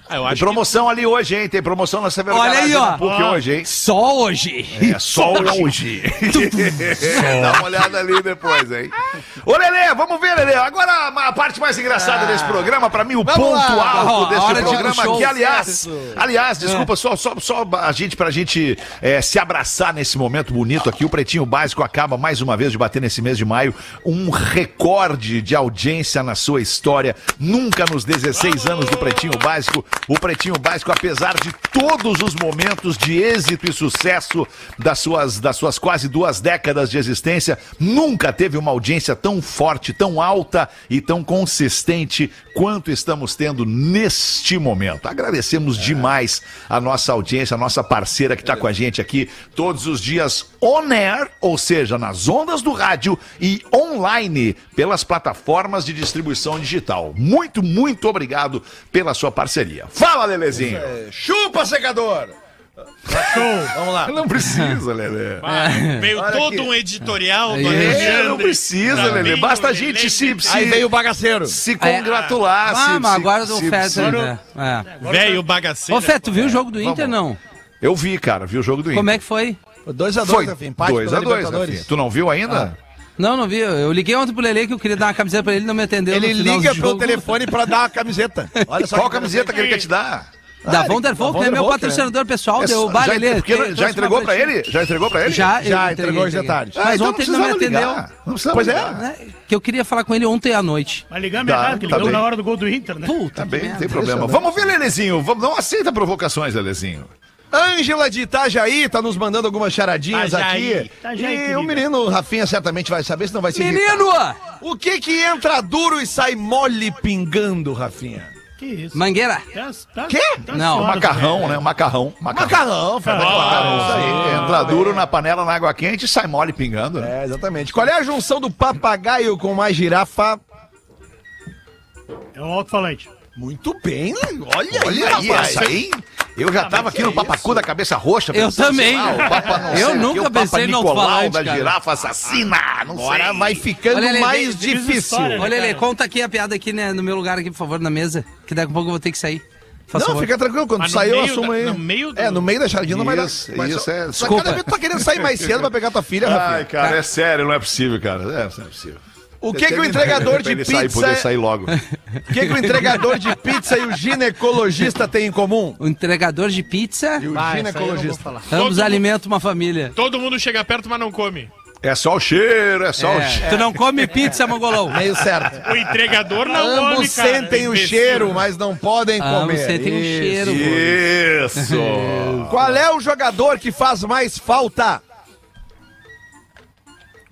H: Ah, eu
D: Tem
H: acho
D: promoção ali hoje, hein? Tem promoção na Severo
E: Olha aí,
D: Garage,
E: ó.
D: no PUC
J: Ó.
D: hoje, hein?
E: Só hoje.
D: É só hoje. Dá uma olhada ali depois, hein? Ô, Lelê, vamos ver, Lelê. Agora a parte mais engraçada desse programa, pra mim, o ponto
F: lá.
D: alto
E: Ah. Ó, a hora
D: desse
E: de
D: programa
E: show.
D: aqui, aliás. Aliás, desculpa, só, só, só a gente, pra gente eh, se abraçar nesse momento bonito aqui. O Pretinho Básico acaba mais uma vez de bater nesse mês de maio um recorde de audiência na sua história. Nunca nos 16 anos do Pretinho Básico, o Pretinho Básico, apesar de todos os momentos de êxito e sucesso das suas, das suas quase duas décadas de existência, nunca teve uma audiência tão forte, tão alta e tão consistente quanto estamos tendo neste momento.
F: É.
D: Agradecemos demais a nossa audiência, a nossa parceira que está com a gente aqui todos os dias on air, ou seja, nas ondas do rádio e online pelas plataformas de distribuição digital. Muito, muito obrigado pela sua parceria. Fala, Lelezinho!
F: É, Chupa, secador! Tá Vamos lá.
D: Não precisa, Lele.
G: Ah,
J: É.
H: que veio
F: Olha
H: todo
F: aqui.
H: um editorial do
E: É,
D: É, não
H: Alexandre.
D: precisa,
H: Pra
D: Lele.
H: mim,
D: Basta a
H: o
D: gente
H: Lele-
D: se, se,
F: Aí veio o bagaceiro.
D: se congratular. se-
E: É, Ah, mas
D: se-
E: agora o
D: se-
E: Feto...
D: se-
E: ainda. É.
H: Velho bagaceiro.
E: Ô,
J: né?
E: Feto, tu viu o jogo do
D: vamos.
E: Inter, não?
D: Eu vi, cara, vi o jogo do Inter.
E: Como é que foi?
F: 2x2,
D: Foi
F: Rafinha. Empate
D: 2 a
F: pela
D: 2
F: Libertadores.
D: Rafinha. Tu não viu ainda?
E: Não, não vi. Eu liguei ontem pro Lele que eu queria dar uma camiseta pra ele, não me atendeu
F: Ele
E: no final
F: liga
E: do jogo.
F: pelo telefone pra dar uma camiseta. Olha só.
D: Qual
F: que
D: É camiseta que ele quer
F: interessante.
D: te dar?
E: Da
F: Ah,
E: Wonder
F: da
E: Volk, né? Meu
F: Wonder Volk,
E: patrocinador pessoal.
D: É
E: Deu
D: só-
E: o bar,
D: já,
E: Lele.
D: porque-
E: tem-
D: já
E: trouxe
D: entregou
E: uma
D: pra ele? Já entregou pra ele?
E: Já,
F: Já
E: eu
F: entregou
E: entreguei,
F: os
E: entreguei.
F: detalhes.
E: Mas
D: então
E: ontem ele não me
D: precisava
E: atendeu.
D: ligar. Não precisava
F: Pois é.
D: ligar.
E: né? Que eu queria falar com ele ontem à noite.
J: Mas ligamos
D: Tá,
J: errado, que
D: tá
J: ligamos
D: bem.
J: na hora do gol do Inter, né?
E: Puta
D: Tá
E: que
D: bem, não
E: merda.
D: tem problema. Vamos ver, Lelezinho. Vamos, não aceita provocações, Lelezinho.
F: Ângela de Itajaí tá nos mandando algumas charadinhas
H: Itajaí.
F: aqui.
J: Itajaí,
F: e
J: querida.
F: o menino Rafinha certamente vai saber, senão vai se irritar.
E: Menino!
F: O que que entra duro e sai mole pingando, Rafinha?
J: Que isso?
E: Mangueira.
J: Tá- tá-
F: Quê?
J: tá
E: Não,
J: suado,
D: Macarrão,
J: velho.
D: né? Macarrão. Macarrão.
F: Macarrão, Fernando.
D: Isso aí,
E: Ah,
D: entra duro na panela, na água quente e sai mole pingando, né?
F: É, exatamente. Qual é a junção do papagaio com uma girafa?
J: É um alto-falante.
F: Muito bem, olha,
D: Olha aí, essa aí. Eu
F: Ah,
D: já tava aqui no papacu da cabeça roxa.
E: Eu
D: pensando,
E: também.
D: sei lá, o Papa não sei
E: Eu
D: o quê,
E: nunca
D: o Papa
E: pensei no
D: Nicolau
E: alto-falante,
D: da
E: cara.
D: girafa assassina. Não
F: Ah, Agora
D: sei.
F: vai ficando
E: Olha, Lelê,
F: tá mais
E: diz-
J: diz
F: difícil.
J: história, né?
E: Olha, Lele, conta aqui a piada aqui né, no meu lugar aqui, por favor, na mesa. Que daqui a pouco eu vou ter que sair. Faz
F: não,
E: favor.
F: fica tranquilo, quando
G: Mas Ah, no
F: sair eu
G: meio
F: assumo
G: da-
F: aí.
G: no meio do-
F: É, no meio da charadinha não vai dar.
D: Isso,
F: mas
D: isso,
F: só-
D: é.
F: só cada
E: Desculpa.
F: vez tu tá querendo sair mais cedo pra pegar tua filha,
D: Ai,
F: Rafinha.
D: cara, é sério, não é possível, cara. É, não é possível.
F: Tá. O que que o entregador de
D: Pra ele sair,
F: pizza... é-
D: poder sair logo.
F: O que que o entregador de pizza e o ginecologista têm em comum?
E: O entregador de pizza,
F: E o
I: Ah, essa aí eu não vou
F: ginecologista.
I: falar.
E: ambos
G: Todo-
E: alimentam uma família.
G: Todo mundo chega perto, mas não come.
D: É só o cheiro, é só o
E: É,
D: cheiro.
E: Tu não come pizza, mongolão.
F: Meio certo.
G: O entregador não come,
F: Ambos
G: cara.
F: sentem o
G: é Imbecil.
F: cheiro, mas não podem
E: Ah,
F: comer.
E: você tem um
F: Isso.
E: cheiro.
D: Isso!
E: pô.
F: Qual é o jogador que faz mais falta?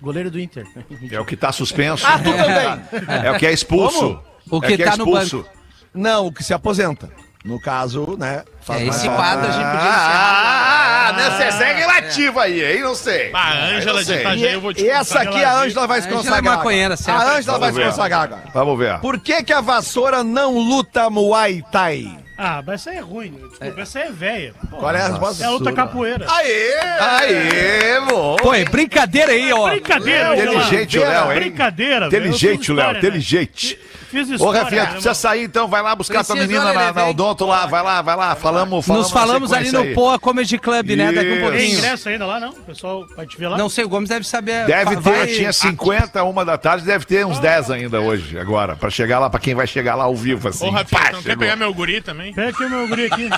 I: Goleiro do Inter.
D: É o que tá suspenso.
F: Ah, tu também.
D: É o que é expulso.
E: O
D: É
E: que tá
D: é
E: no
D: expulso.
F: Não, o que se aposenta. No caso, né? faz
E: É,
F: mais
E: esse
F: falta.
E: quadro a gente podia
D: Ah, ah, ah, né? Você segue lativa aí, aí não sei.
G: Ah, a Ângela de
D: sei.
G: Itajaí,
F: E,
G: eu vou te
F: e essa
G: contar.
F: aqui a Ângela vai se
E: Ângela é
F: consagrar. agora.
E: maconheira, certo.
F: a Ângela vai se
D: Vamos ver.
F: consagrar agora.
D: Vamos ver.
F: Por que, que a vassoura não luta Muay Thai?
J: Ah, mas essa aí é ruim. né? Desculpa, essa aí é velha. Pô,
F: Qual é a
J: É a
F: resposta?
J: outra capoeira.
D: Aê! Aê, bom!
E: Pô, é brincadeira aí, ó.
J: É Brincadeira, Angela.
D: Inteligente o Léo, hein?
J: Brincadeira, velho. Eu fiz
D: Inteligente o Léo,
J: história, né?
D: inteligente.
J: Fiz né? isso.
D: Ô, Rafinha, tu
G: né,
D: precisa sair então, vai lá buscar tua
E: Preciso,
D: menina
E: olha,
D: na, na
E: vem.
D: Odonto lá, vai lá, vai lá, falamos, falamos
E: Nos falamos
D: na
E: ali no
D: sequência aí.
E: Poa Comedy Club, né? Daqui um
D: Isso.
J: Tem
E: pouquinho.
J: ingresso ainda lá, não? O pessoal vai te ver lá?
E: Não sei, o Gomes deve saber.
D: Deve
E: Vai-
D: ter,
E: vai-
D: tinha 50, uma da tarde, deve ter uns 10 ainda hoje, agora, pra chegar lá, pra quem vai chegar lá ao vivo, assim.
G: Ô, Rafinha,
D: Pá,
G: tu não quer
D: chegou.
G: pegar meu guri também?
J: Pega aqui o meu guri aqui.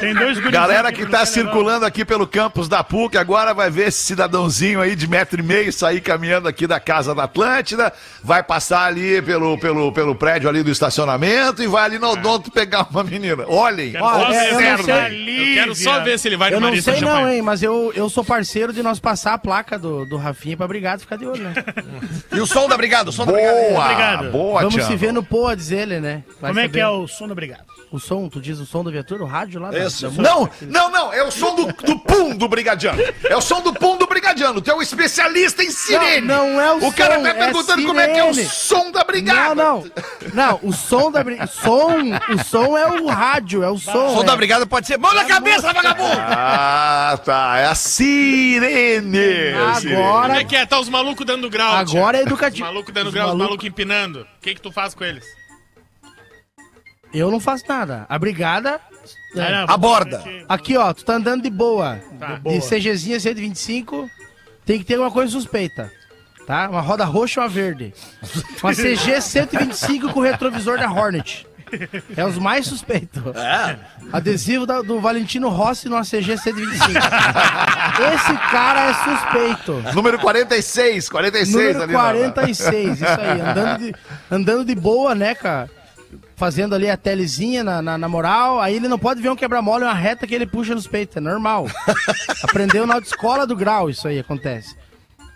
J: Tem dois guris.
D: Galera que tá
J: tá
D: circulando aqui pelo campus da PUC, agora vai ver esse cidadãozinho aí de metro e meio sair caminhando aqui da Casa da Atlântida, vai passar ali pelo, pelo, pelo prédio ali do estacionamento e vai ali no Odonto pegar uma menina. Olhem,
G: Quero só
I: é, eu
G: ver
I: não
G: se-
I: sei.
G: Eu quero só ver se ele vai no
I: Eu não
D: tá
G: Marista
I: sei
G: Champagne.
I: não, hein, mas eu, eu sou parceiro de nós passar a placa do, do Rafinha pra Brigado ficar de olho, né?
F: E o som da Brigada, o som da Brigada.
D: boa,
J: Obrigado.
D: boa,
I: Vamos se
D: Tiago.
I: ver no Poa, diz ele, né? Vai
J: Como é
I: saber.
J: que é o som do Obrigado?
I: O som, tu diz o som da viatura, o rádio
D: É
I: lá? da-
F: Isso.
I: da-
D: Não, não, não, é o som do, do pum do brigadiano. É o som do pum do brigadiano. Tu é um especialista em sirene.
I: Não, não é o
D: O cara
I: som,
D: tá
I: é
D: perguntando como é que é o
I: sirene.
D: som da brigada.
I: Não, não. Não, o som da Brigada. Som, o som é o rádio, é o som.
F: O som
I: né?
F: da Brigada pode ser mão na cabeça, vagabundo!
D: Ah, tá. É a sirene. É a sirene.
I: Agora,
G: Como é que é? Tá os malucos dando grau.
I: agora é
G: Os
I: educativo.
G: malucos dando
I: Os
G: grau, os
I: maluco-
G: malucos empinando. O que que tu faz com eles?
I: Eu não faço nada. A Brigada. é,
J: Ah, não,
F: Aborda.
I: Aqui, ó, tu tá andando de boa.
G: Tá.
I: De, de CGzinha 125, tem que ter alguma coisa suspeita. Tá? Uma roda roxa e uma verde. Uma CG 125 com retrovisor da Hornet. É os mais suspeitos. Adesivo da- do Valentino Rossi numa CG 125. Esse cara é suspeito.
D: Número 46, 46
I: Número
D: ali. na-
I: 46, isso aí. Andando de, andando de boa, né, cara? Fazendo ali a telezinha na, na, na moral. Aí ele não pode ver um quebra-mola, é uma reta que ele puxa nos peitos. É normal. Aprendeu na autoescola do grau, isso aí acontece.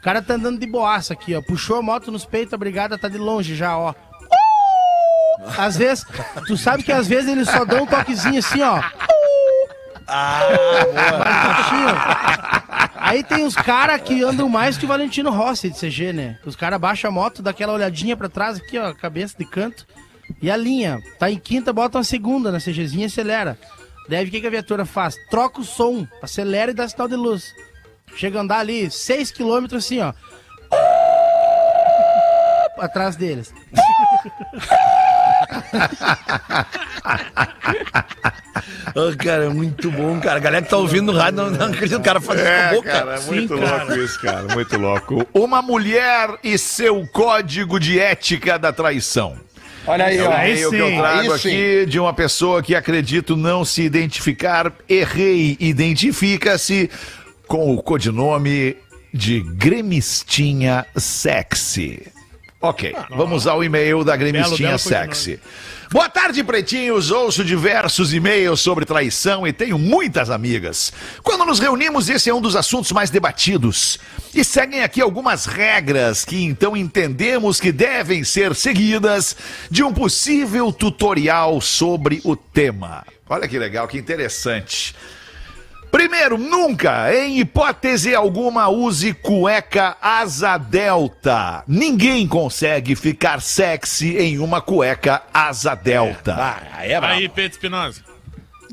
I: O cara tá andando de boaça aqui, ó. Puxou a moto nos peitos, a brigada tá de longe já, ó. Uh! Às vezes, tu sabe que às vezes eles só dão um toquezinho assim, ó. tá Curtinho. Aí tem os caras que andam mais que o Valentino Rossi de CG, né? Os caras baixam a moto, dá aquela olhadinha pra trás aqui, ó, cabeça de canto. E a linha. Tá em quinta, bota uma segunda na CGzinha e acelera. Deve, o que, que a viatura faz? Troca o som, acelera e dá sinal de luz. Chega a andar ali 6km assim, ó. Atrás deles.
F: Ô, cara, é muito bom, cara. A galera que tá ouvindo no rádio não, não acredita o cara fazendo isso com a
D: É,
F: boca.
D: cara, é muito
J: cara.
D: louco isso, cara, muito louco. Uma mulher e seu código de ética da traição.
F: Olha aí,
D: É o e-mail que eu
J: sim,
D: trago
F: aí sim.
D: aqui de uma pessoa que acredito não se identificar. Errei, identifica-se com o codinome de Gremistinha Sexy. Ok, vamos ao e-mail da Gremistinha
G: belo
D: Sexy. Boa tarde, pretinhos. Ouço diversos e-mails sobre traição e tenho muitas amigas. Quando nos reunimos, esse é um dos assuntos mais debatidos. E seguem aqui algumas regras que então entendemos que devem ser seguidas de um possível tutorial sobre o tema. Olha que legal, que interessante. Primeiro, nunca, em hipótese alguma, use cueca asa delta. Ninguém consegue ficar sexy em uma cueca asa delta.
F: Ah, é, brabo.
G: Aí, Pedro Espinosa.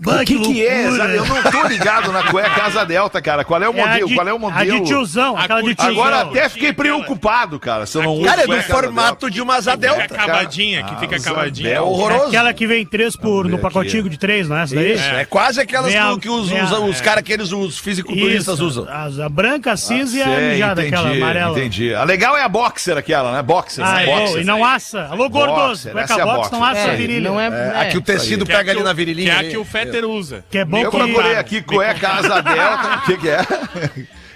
G: Bah,
D: o que, que é?
G: loucura.
D: sabe? Eu não tô ligado na cueca Casa Delta, cara. Qual é o
G: É a
D: modelo?
G: de-
D: Qual é o
G: A de
D: modelo?
G: tiozão, aquela de tiozão.
D: Agora até fiquei preocupado, cara. Se eu não uso
F: Cara, é do
D: cueca Casa Delta. ah,
F: formato de uma asa
J: É né?
F: delta.
J: acabadinha, que fica
D: Asa
J: acabadinha.
D: Delta.
F: Horroroso.
G: É Aquela que vem três por, no
D: ver aqui,
G: pacotinho de três, não é essa daí?
F: Isso, é. quase aquelas
G: Vem a-
F: que os,
G: vem a-
F: os, os caras que eles, os fisiculturistas
G: Isso,
F: usam.
G: as- a branca, a cinza e a
D: Sei,
G: mijada, aquela amarela.
D: Ah, É, Entendi. A legal é a boxer aquela, né? Boxer,
G: Ah,
D: né?
G: é,
D: boxer.
G: e não assa. Alô, gordoso.
D: Boxer,
G: Cueca
D: essa é a
G: box não
D: boxer.
G: assa
D: É,
G: a virilha.
I: Não é, é,
F: Aqui o tecido
J: Que é a
F: pega
J: que
F: ali
J: o-
F: na virilhinha.
J: Que é a
F: ali.
J: que o Fetter usa.
G: Que é bom
D: Eu
G: que...
D: procurei aqui cueca Casa Delta. O que, que é?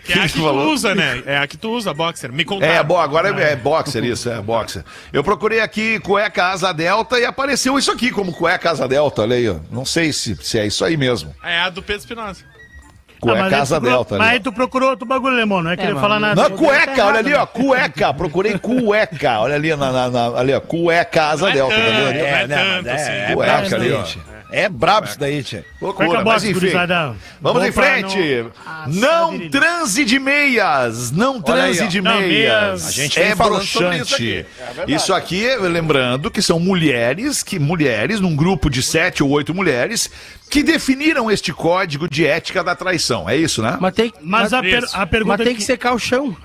J: Que é a que
D: tu
J: tu
D: falou?
J: usa, né? É a que tu usa, boxer. Me contaram.
D: É, bom, agora
G: Ah,
D: é, é boxer isso, é boxer. Eu procurei aqui cueca asa delta e apareceu isso aqui como cueca asa delta, olha aí, ó. Não sei se, se é isso aí mesmo.
J: É a do Pedro Espinosa.
G: Ah,
D: Cueca
G: mas aí tu
D: asa
G: procurou-
D: delta.
G: Mas
D: ali,
G: aí tu procurou outro bagulho, Lemon. Não é querer
L: mas
G: falar
D: ó.
G: nada.
D: né? Não,
G: é
D: cueca, olha
G: né?
D: ali, ó, cueca. Procurei cueca, olha ali, na, na- na- ali ó, cueca asa delta, tá vendo? ali, ó?
J: é,
F: né,
J: tanto,
F: mas é,
J: assim.
F: é
D: Cueca
F: brabo
D: ali, ó.
F: isso daí, tchê. É brabo isso daí, tchê.
G: Cueca
D: Loucura, mas
G: box,
D: enfim.
G: gurizada.
D: Vamos
G: Bom
D: em
G: pra
D: frente.
G: assar a
D: Não,
G: virilha.
D: transe de meias. Não transe
F: aí, ó.
D: de
G: Não,
D: meias.
G: meias.
F: A gente vem
D: é
F: falando sobre isso
D: broxante. Isso aqui, lembrando que são mulheres, que mulheres, num grupo de sete ou oito mulheres, que definiram este código de ética da traição. É isso, né?
I: Mas tem,
G: Mas a, per- a pergunta é
I: mas tem que
G: que-
I: secar o chão.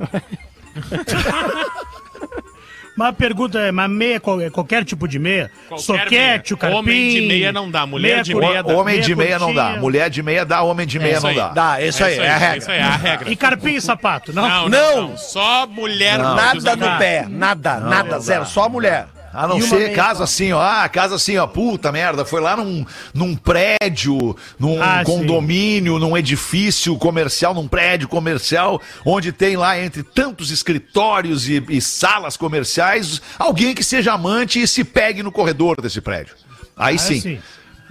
G: Mas a pergunta é, mas meia, qual- é qualquer tipo de meia?
J: Qualquer
G: Soquete,
J: meia.
G: o carpim...
J: Homem de meia não dá, mulher de
G: cur-
J: meia dá.
D: homem de meia não dá.
G: curtinha.
D: Mulher de meia dá, homem de meia
J: isso
D: não
J: aí.
D: dá.
F: Dá, isso aí, é a
J: Isso
F: regra.
J: aí, é a regra.
G: E carpim e sapato, não?
J: Não, não,
F: Não.
J: não. Só mulher não.
F: Nada no pé, nada, nada, zero, só a mulher.
D: A não
I: E uma
D: ser
I: meia
D: caso assim, ó, ah, caso assim, ó, puta merda, foi lá num, num prédio, num
G: Ah, sim.
D: condomínio, num edifício comercial, num prédio comercial, onde tem lá entre tantos escritórios e, e salas comerciais, alguém que seja amante e se pegue no corredor desse prédio. Aí sim.
G: Ah, sim.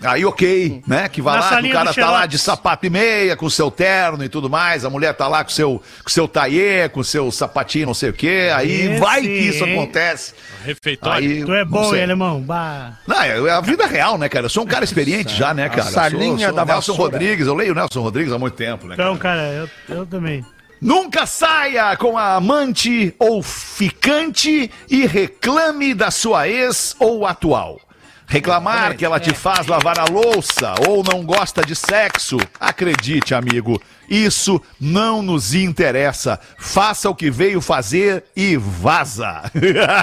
D: Aí ok, né? Que vai
G: Na
D: lá, que o
G: salinha
D: cara
G: do
D: tá lá
G: Xerox.
D: de sapato e meia, com seu terno e tudo mais, a mulher tá lá com seu, com seu taiê, com seu sapatinho, não sei o quê, aí
G: Esse,
D: vai que isso
G: hein?
D: acontece.
J: Refeitório.
D: Aí,
G: Tu é
D: não
G: bom,
D: sei.
G: hein, alemão? Bah.
D: Não, é é a vida real, né, cara? Eu sou um cara experiente já, né, cara? Eu sou-
F: salinha
D: sou o
F: da
D: Nelson
F: vassoura.
D: Rodrigues, eu leio o Nelson Rodrigues há muito tempo, né? cara?
G: Então, cara, eu, eu também.
D: Nunca saia com a amante ou ficante e reclame da sua ex ou atual. Reclamar que
F: É.
D: ela te faz lavar a louça ou não gosta de sexo, acredite, amigo, isso não nos interessa. Faça o que veio fazer e vaza.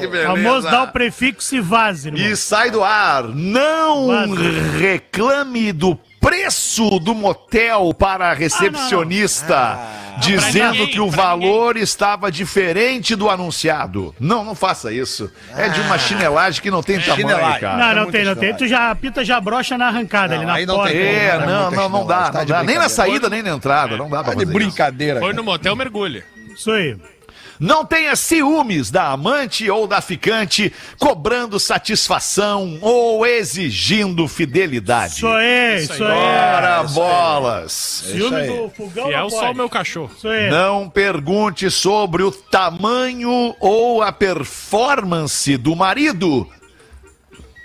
D: que
G: Famoso dá o prefixo e vaza, irmão.
D: e sai do ar. Não
G: Quase.
D: reclame do preço do motel para a recepcionista, dizendo
J: ninguém,
D: que o
J: pra
D: valor estava diferente do anunciado. Não, não faça isso. É de uma chinelagem que não tem tamanho,
F: chinelagem.
D: cara.
G: Não, não
F: muita
G: tem, não tem.
F: história.
G: Tu já, a pita já brocha na arrancada
F: Não,
G: ali
F: aí
G: na
F: não
G: porta.
F: tem como.
D: É,
F: Não,
D: não, não, não dá,
F: tá
D: não
F: de
D: dá. Nem na
F: brincadeira.
D: saída, nem na entrada. Não dá pra
F: Tá de
D: fazer isso.
F: brincadeira.
J: Foi
F: cara.
J: no motel, mergulha.
G: Isso aí.
D: Não tenha ciúmes da amante ou da ficante, cobrando satisfação ou exigindo fidelidade.
G: Isso aí, isso aí.
D: Ora, bolas!
G: Ciúme do fogão
J: E é
G: não
J: o só o
G: pode.
J: meu cachorro.
G: Isso aí.
D: Não pergunte sobre o tamanho ou a performance do marido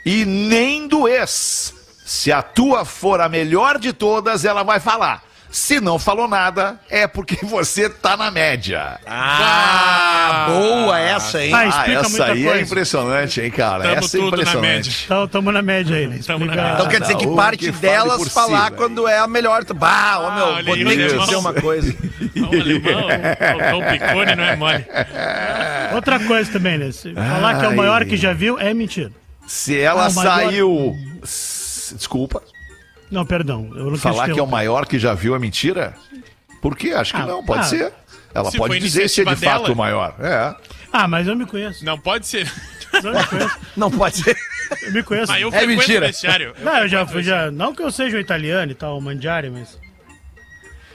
D: e nem do ex. Se a tua for a melhor de todas, ela vai falar. Se não falou nada, é porque você tá na média.
F: Ah, boa essa, hein?
G: Ah, explica
D: essa
G: muita
D: aí é
G: coisa.
D: impressionante, hein, cara?
J: Tamo
D: essa é
J: tudo na média.
D: impressionante.
G: Então, tamo na média aí, né?
J: Tamo na
G: Explica-
J: média.
F: Então quer dizer
D: Cada
F: que
D: um
F: parte
D: que fale
F: delas
D: por si,
F: falar
D: velho.
F: quando é a melhor. Bah, ô meu,
J: olha
F: vou
J: aí,
F: ter que te
J: irmão.
F: dizer uma coisa.
J: Não, o alemão, o Tom Picone não é mole.
G: Outra coisa também, né? Se falar que é o maior que já viu é mentira.
D: Se ela
G: Ah, o maior-
D: saiu. S- Desculpa.
G: Não, perdão. Eu não quis um-
D: Falar que é o
G: interromper.
D: maior que já viu é mentira? Por quê? Acho que
G: Ah,
D: não, pode
G: ah,
D: ser. Ela
J: se
D: pode
J: foi
D: dizer se é de
J: iniciativa
D: fato
J: dela.
D: o maior. É.
G: Ah, mas eu me conheço.
J: Não pode ser.
G: Eu me conheço.
F: Não pode ser.
G: Eu me conheço.
J: Mas eu
F: É
J: frequento
F: mentira.
J: o vestiário.
G: Não, eu já fui, já. Não que eu seja um italiano e tal, um mandiari, mas.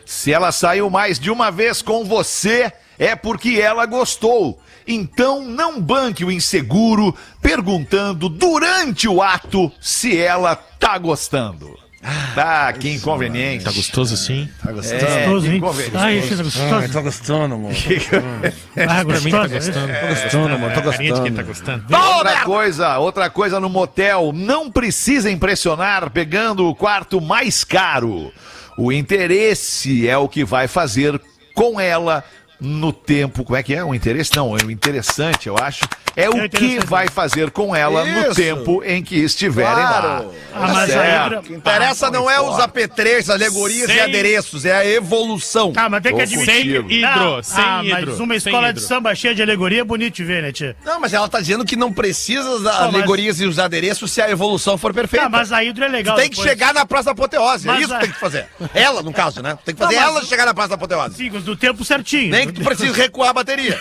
D: Se ela saiu mais de uma vez com você, é porque ela gostou. Então não banque o inseguro perguntando durante o ato se ela tá gostando. Tá, que inconveniente. Tá gostoso assim? Tá gostoso.
G: Gostoso,
D: É, que
G: hein?
D: inconveniente.
G: Ai, isso é gostoso.
F: Ah, tá gostando, mano.
G: Ah, gostoso.
F: Tô tá gostando,
J: É,
F: mano. Tô
J: tá
F: gostando.
D: Outra coisa, outra coisa no motel, não precisa impressionar pegando o quarto mais caro. O interesse é o que vai fazer com ela no tempo. Como é que é? O interesse? Não, é o interessante, eu acho. É o que
J: interessante.
D: vai fazer com ela no
F: Isso.
D: tempo em que estiverem
F: Claro.
D: lá. Tá
J: Ah, mas
D: Certo.
J: aí-
F: O que interessa não é os apetrechos, alegorias e
G: Sem-
F: adereços, é a evolução.
J: Tá, mas tem que
D: Ô,
J: admitir.
D: contigo.
J: Não,
G: é Hidro, sem
J: ah, mas
G: hidro,
J: uma
G: sem
J: escola de
G: hidro.
J: samba cheia de alegoria é bonito de ver, né, tia?
F: Não, mas ela tá dizendo que não precisa das
J: mas-
F: alegorias e os adereços se a evolução for perfeita.
J: Tá, mas a hidro é
F: Tu
J: legal.
F: tem que
J: depois.
F: chegar na Praça da Apoteose, é
J: Mas
F: isso
J: a-
F: que tem que fazer. Ela, no caso, né? Tem que fazer
J: Não, mas-
F: ela chegar na Praça da Apoteose.
J: Sim, do tempo certinho.
F: Nem que tu precise recuar a bateria.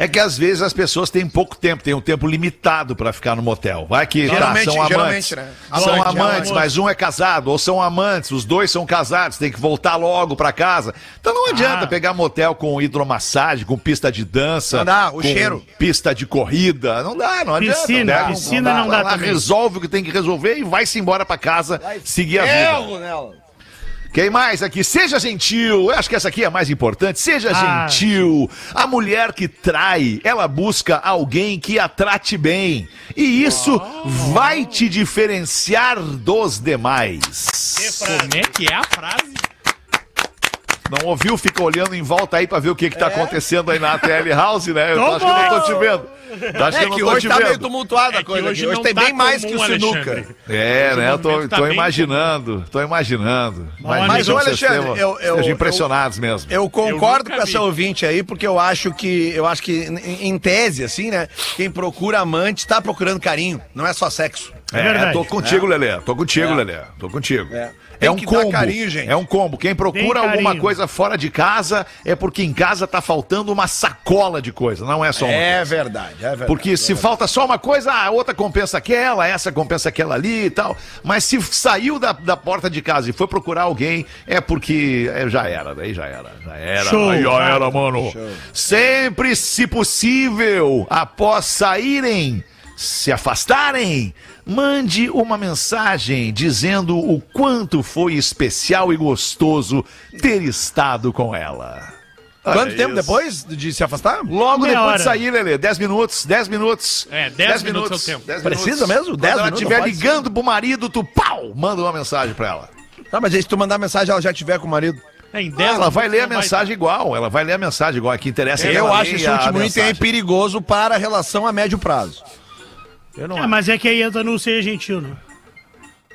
D: É que às vezes as pessoas têm pouco tempo, têm um tempo limitado pra ficar no motel. Vai que tá,
F: Geralmente-
D: são amantes.
F: geralmente, né?
D: São
F: Amante,
D: amantes,
F: amante.
D: mas um é casado, ou são amantes, os dois são casados, tem que voltar logo pra casa. Então não adianta pegar motel com hidromassagem, com pista de dança,
F: Ah. Não dá, o
D: com
F: cheiro.
D: pista de corrida, não dá, não adianta.
J: Piscina,
D: né?
J: piscina não dá
D: Ela
J: também.
D: resolve o que tem que resolver e vai-se embora pra casa, seguir a vida.
F: nela.
D: Quem mais aqui? Seja gentil. Eu acho que essa aqui é a mais importante. Seja
J: Ah.
D: gentil. A mulher que trai, ela busca alguém que a trate bem. E isso vai te diferenciar dos demais.
G: Como é que é a frase?
D: Não ouviu? Fica olhando em volta aí pra ver o que, que tá acontecendo aí na TL House, né? Eu acho que eu não tô te vendo. Eu Acho
F: É
D: eu
F: que
D: não tô
F: hoje
D: te
F: tá
D: vendo.
F: meio tumultuada a
G: É que
F: coisa.
G: hoje
F: aqui. Hoje,
G: não
F: tem
G: tá
F: bem mais que
G: comum,
F: o sinuca.
G: Alexandre.
D: É, né? Eu tô,
G: momento tá
D: tô
G: bem
D: imaginando. Tô imaginando.
F: Mas,
D: Imagino
F: ô,
D: que vocês
F: Alexandre,
D: tenham-
F: eu- eu-
D: sejam
F: eu-
D: impressionados mesmo.
F: Eu concordo
G: nunca
F: com essa
G: vi.
F: ouvinte aí, porque eu acho que, eu acho que, em, em tese, assim, né? Quem procura amante tá procurando carinho, não é só sexo.
D: É,
J: verdade.
D: tô contigo, Lelê. Tô contigo, Lelê. Tô contigo. É,
F: Tem
D: um
F: que dar
D: combo.
F: carinho, gente.
D: É um combo. Quem procura
J: Tem
D: alguma
J: carinho.
D: coisa fora de casa é porque em casa tá faltando uma sacola de coisa, não é só uma
F: É
D: coisa.
F: verdade, é verdade.
D: Porque se falta só uma coisa, a outra compensa aquela, essa compensa aquela ali e tal. Mas se saiu da, da porta de casa e foi procurar alguém, é porque é, já era, daí já era. Já era,
J: Show.
D: aí já era, mano. Sempre, se possível, após saírem, se afastarem, mande uma mensagem dizendo o quanto foi especial e gostoso ter estado com ela.
F: Quanto
D: Olha
F: tempo
D: Ah, é isso.
F: depois de se afastar?
D: Logo
J: Meia
D: depois
J: hora.
D: de sair, Lelê. 10 minutos, 10 minutos.
G: É, 10 minutos é o tempo.
D: 10
F: Precisa mesmo? 10
D: Quando ela
F: minutos,
D: estiver
F: não pode
D: ligando pro marido, tu pau, manda uma mensagem pra ela.
F: Tá, mas aí se tu mandar mensagem, ela já tiver com o marido.
G: É, em 10
D: Ela vai
G: minutos
D: ler a
G: não
D: mensagem igual, ela vai ler a mensagem igual, é que interessa. é que
F: Eu
D: ela
F: acho
D: leia
F: esse
D: a
F: último item aí
D: mensagem.
F: perigoso para a relação a médio prazo.
J: É, mas é que aí entra no Seja Gentil, né?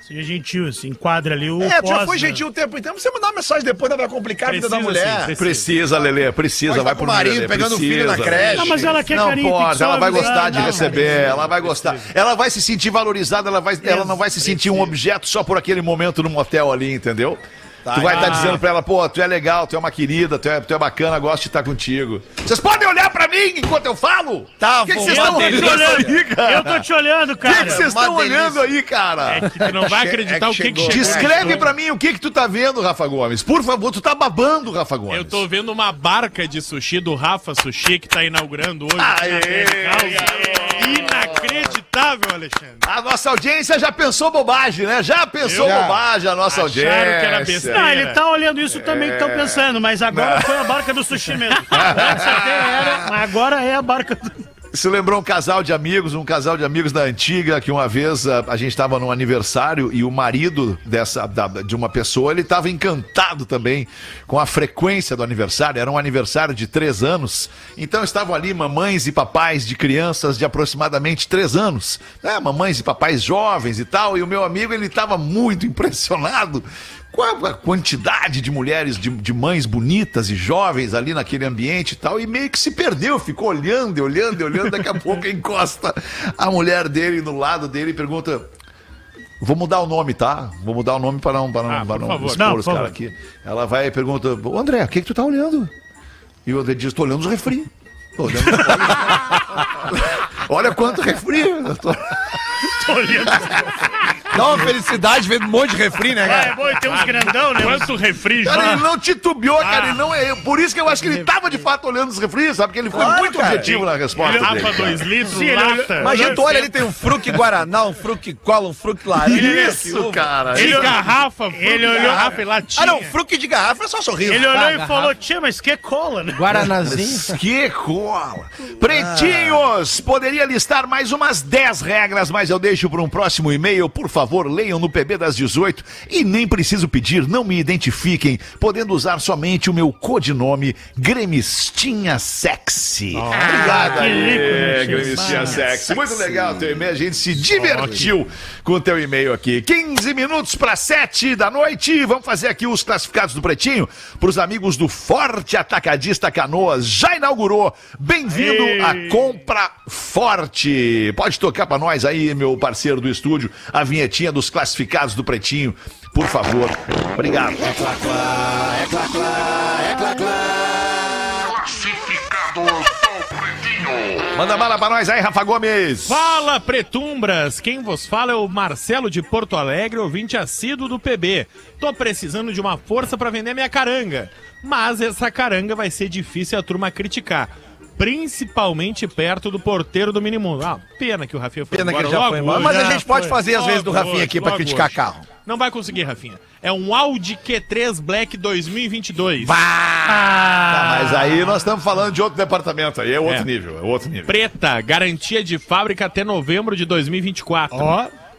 J: Seja Gentil, se enquadra ali o
F: É,
J: pós,
F: já foi
J: né?
F: gentil o tempo então, você mandar mensagem depois, não vai complicar a vida da
G: Precisa,
F: mulher.
G: sim, precisa.
D: Precisa, Lelê,
F: Pode
D: precisa,
F: estar
D: vai
F: com
D: pro
F: o marido,
D: Lelê,
F: pegando o filho
D: precisa.
F: na creche.
J: Ah, mas ela quer
D: Não
J: carinho, tem que
D: pode,
J: só
D: ela vai
J: avisar.
D: gostar de
J: Não,
D: receber, ela vai gostar. Ela vai se sentir valorizada, ela, vai, ela não vai se sentir um objeto só por aquele momento no motel ali, entendeu?
F: Tá,
D: tu vai estar dizendo pra ela, pô, tu é legal, tu é uma querida, tu é, tu é bacana, gosto de estar contigo. Vocês podem olhar pra mim enquanto eu falo?
F: Tá
D: O que que
F: bom,
D: vocês
J: Eu tô
D: estão
J: te
D: olhando aí,
J: olhando, eu
D: cara?
J: tô te olhando,
D: O que
J: cara.
D: que vocês
F: uma
D: estão
F: delícia.
D: olhando aí, cara?
G: É que tu não vai acreditar
F: É
G: o
F: que
G: que que
F: chegou.
G: chegou.
D: Descreve pra mim o que que tu tá vendo, Rafa Gomes. Por favor, tu tá babando, Rafa Gomes.
G: Eu tô vendo uma barca de sushi do Rafa Sushi que tá inaugurando hoje.
D: Aê!
G: Inacreditável, Alexandre.
D: A nossa audiência já pensou bobagem, né? Já pensou
F: Já.
D: bobagem a nossa
G: Acharam que
D: audiência.
G: era É.
J: É,
G: besteira.
J: Não, ele tá olhando isso também, estão pensando, mas agora foi a barca do sushi mesmo. Antes até era, mas agora é a barca do...
D: Isso lembrou um casal de amigos, um casal de amigos da antiga, que uma vez ah, a, a gente estava num aniversário e o marido dessa, da- de uma pessoa, ele estava encantado também com a frequência do aniversário. Era um aniversário de três anos. Então estavam ali mamães e papais de crianças de aproximadamente três anos. né? Mamães e papais jovens e tal. E o meu amigo, ele estava muito impressionado com a quantidade de mulheres, de, de mães bonitas e jovens ali naquele ambiente e tal, e meio que se perdeu, ficou olhando, e olhando, e olhando, daqui a pouco encosta a mulher dele no lado dele e pergunta. Vou mudar o nome, tá? Vou mudar o nome para não, para não,
G: Ah,
D: para
G: por
D: não
G: favor.
D: expor
J: Não,
D: os
J: por
D: caras
J: favor.
D: aqui. Ela vai e pergunta, "Ô, André, o que, que tu tá olhando? E o André diz, tô olhando os refri. Tô olhando, olha, olha quanto refri. eu tô-
F: Dá uma felicidade vendo um monte de refri, né,
J: Ah,
F: cara?
J: é bom, e tem uns grandão, né?
G: Quanto refri,
D: Cara,
G: João.
D: ele não titubeou, cara, ele não é. Por isso que eu acho que ele tava de fato olhando os refris, sabe? Porque ele foi
F: Claro,
D: muito
F: cara.
D: objetivo na resposta.
G: Garrafa
D: dele, cara.
G: dois litros,
J: Sim, ele
G: lata.
F: Imagina, tu olha ali, tem um fruque guaraná, um fruque cola, um fruque laranja. um
D: Isso,
F: fruque uva.
D: cara.
G: De garrafa,
J: Ele
G: ele
J: olhou-
G: olhou garrafa e latinha.
F: Ah, não, fruque de garrafa é só sorriso.
J: Ele
I: Ah,
J: olhou e
I: garrafa.
J: falou, tia, mas que é cola, né?
I: Guaranazinho.
D: Mas Que cola! Pretinhos! Poderia listar mais umas 10 regras, mas eu deixo para um próximo e-mail. Por favor, favor, leiam no PB das 18 e nem preciso pedir, não me identifiquem, podendo usar somente o meu codinome Gremistinha Sexy. Obrigado,
J: que
D: aí,
J: rico, gente.
D: Gremistinha Sexy. Muito legal o teu e-mail, a gente se divertiu com o teu e-mail aqui. 15 minutos para 7 da noite, vamos fazer aqui os classificados do Pretinho para os amigos do Forte Atacadista Canoas. Já inaugurou. Bem-vindo à Compra Forte. Pode tocar para nós aí, meu parceiro do estúdio, a vinhetinha dos classificados do Pretinho, por favor. Obrigado. Manda bala pra nós aí, Rafa Gomes.
G: Fala Pretumbras! Quem vos fala é o Marcelo de Porto Alegre, ouvinte assíduo do PB. Tô precisando de uma força pra vender minha caranga. Mas essa caranga vai ser difícil a turma criticar. Principalmente perto do porteiro do Minimundo. Ah, pena que o Rafinha foi
F: Pena que
G: embora.
F: ele já
G: logo
F: foi embora.
G: hoje.
F: Mas a
J: já
F: gente pode
J: foi.
F: fazer às
G: Logo
F: vezes do Rafinha
G: hoje,
F: aqui pra
G: logo
F: criticar
G: hoje.
F: carro.
G: Não vai conseguir, Rafinha. É um Audi Q3 Black 2022.
D: Tá, mas aí nós estamos falando de outro departamento aí, é outro
G: É.
D: nível, é outro nível.
G: Preta, garantia de fábrica até novembro de 2024.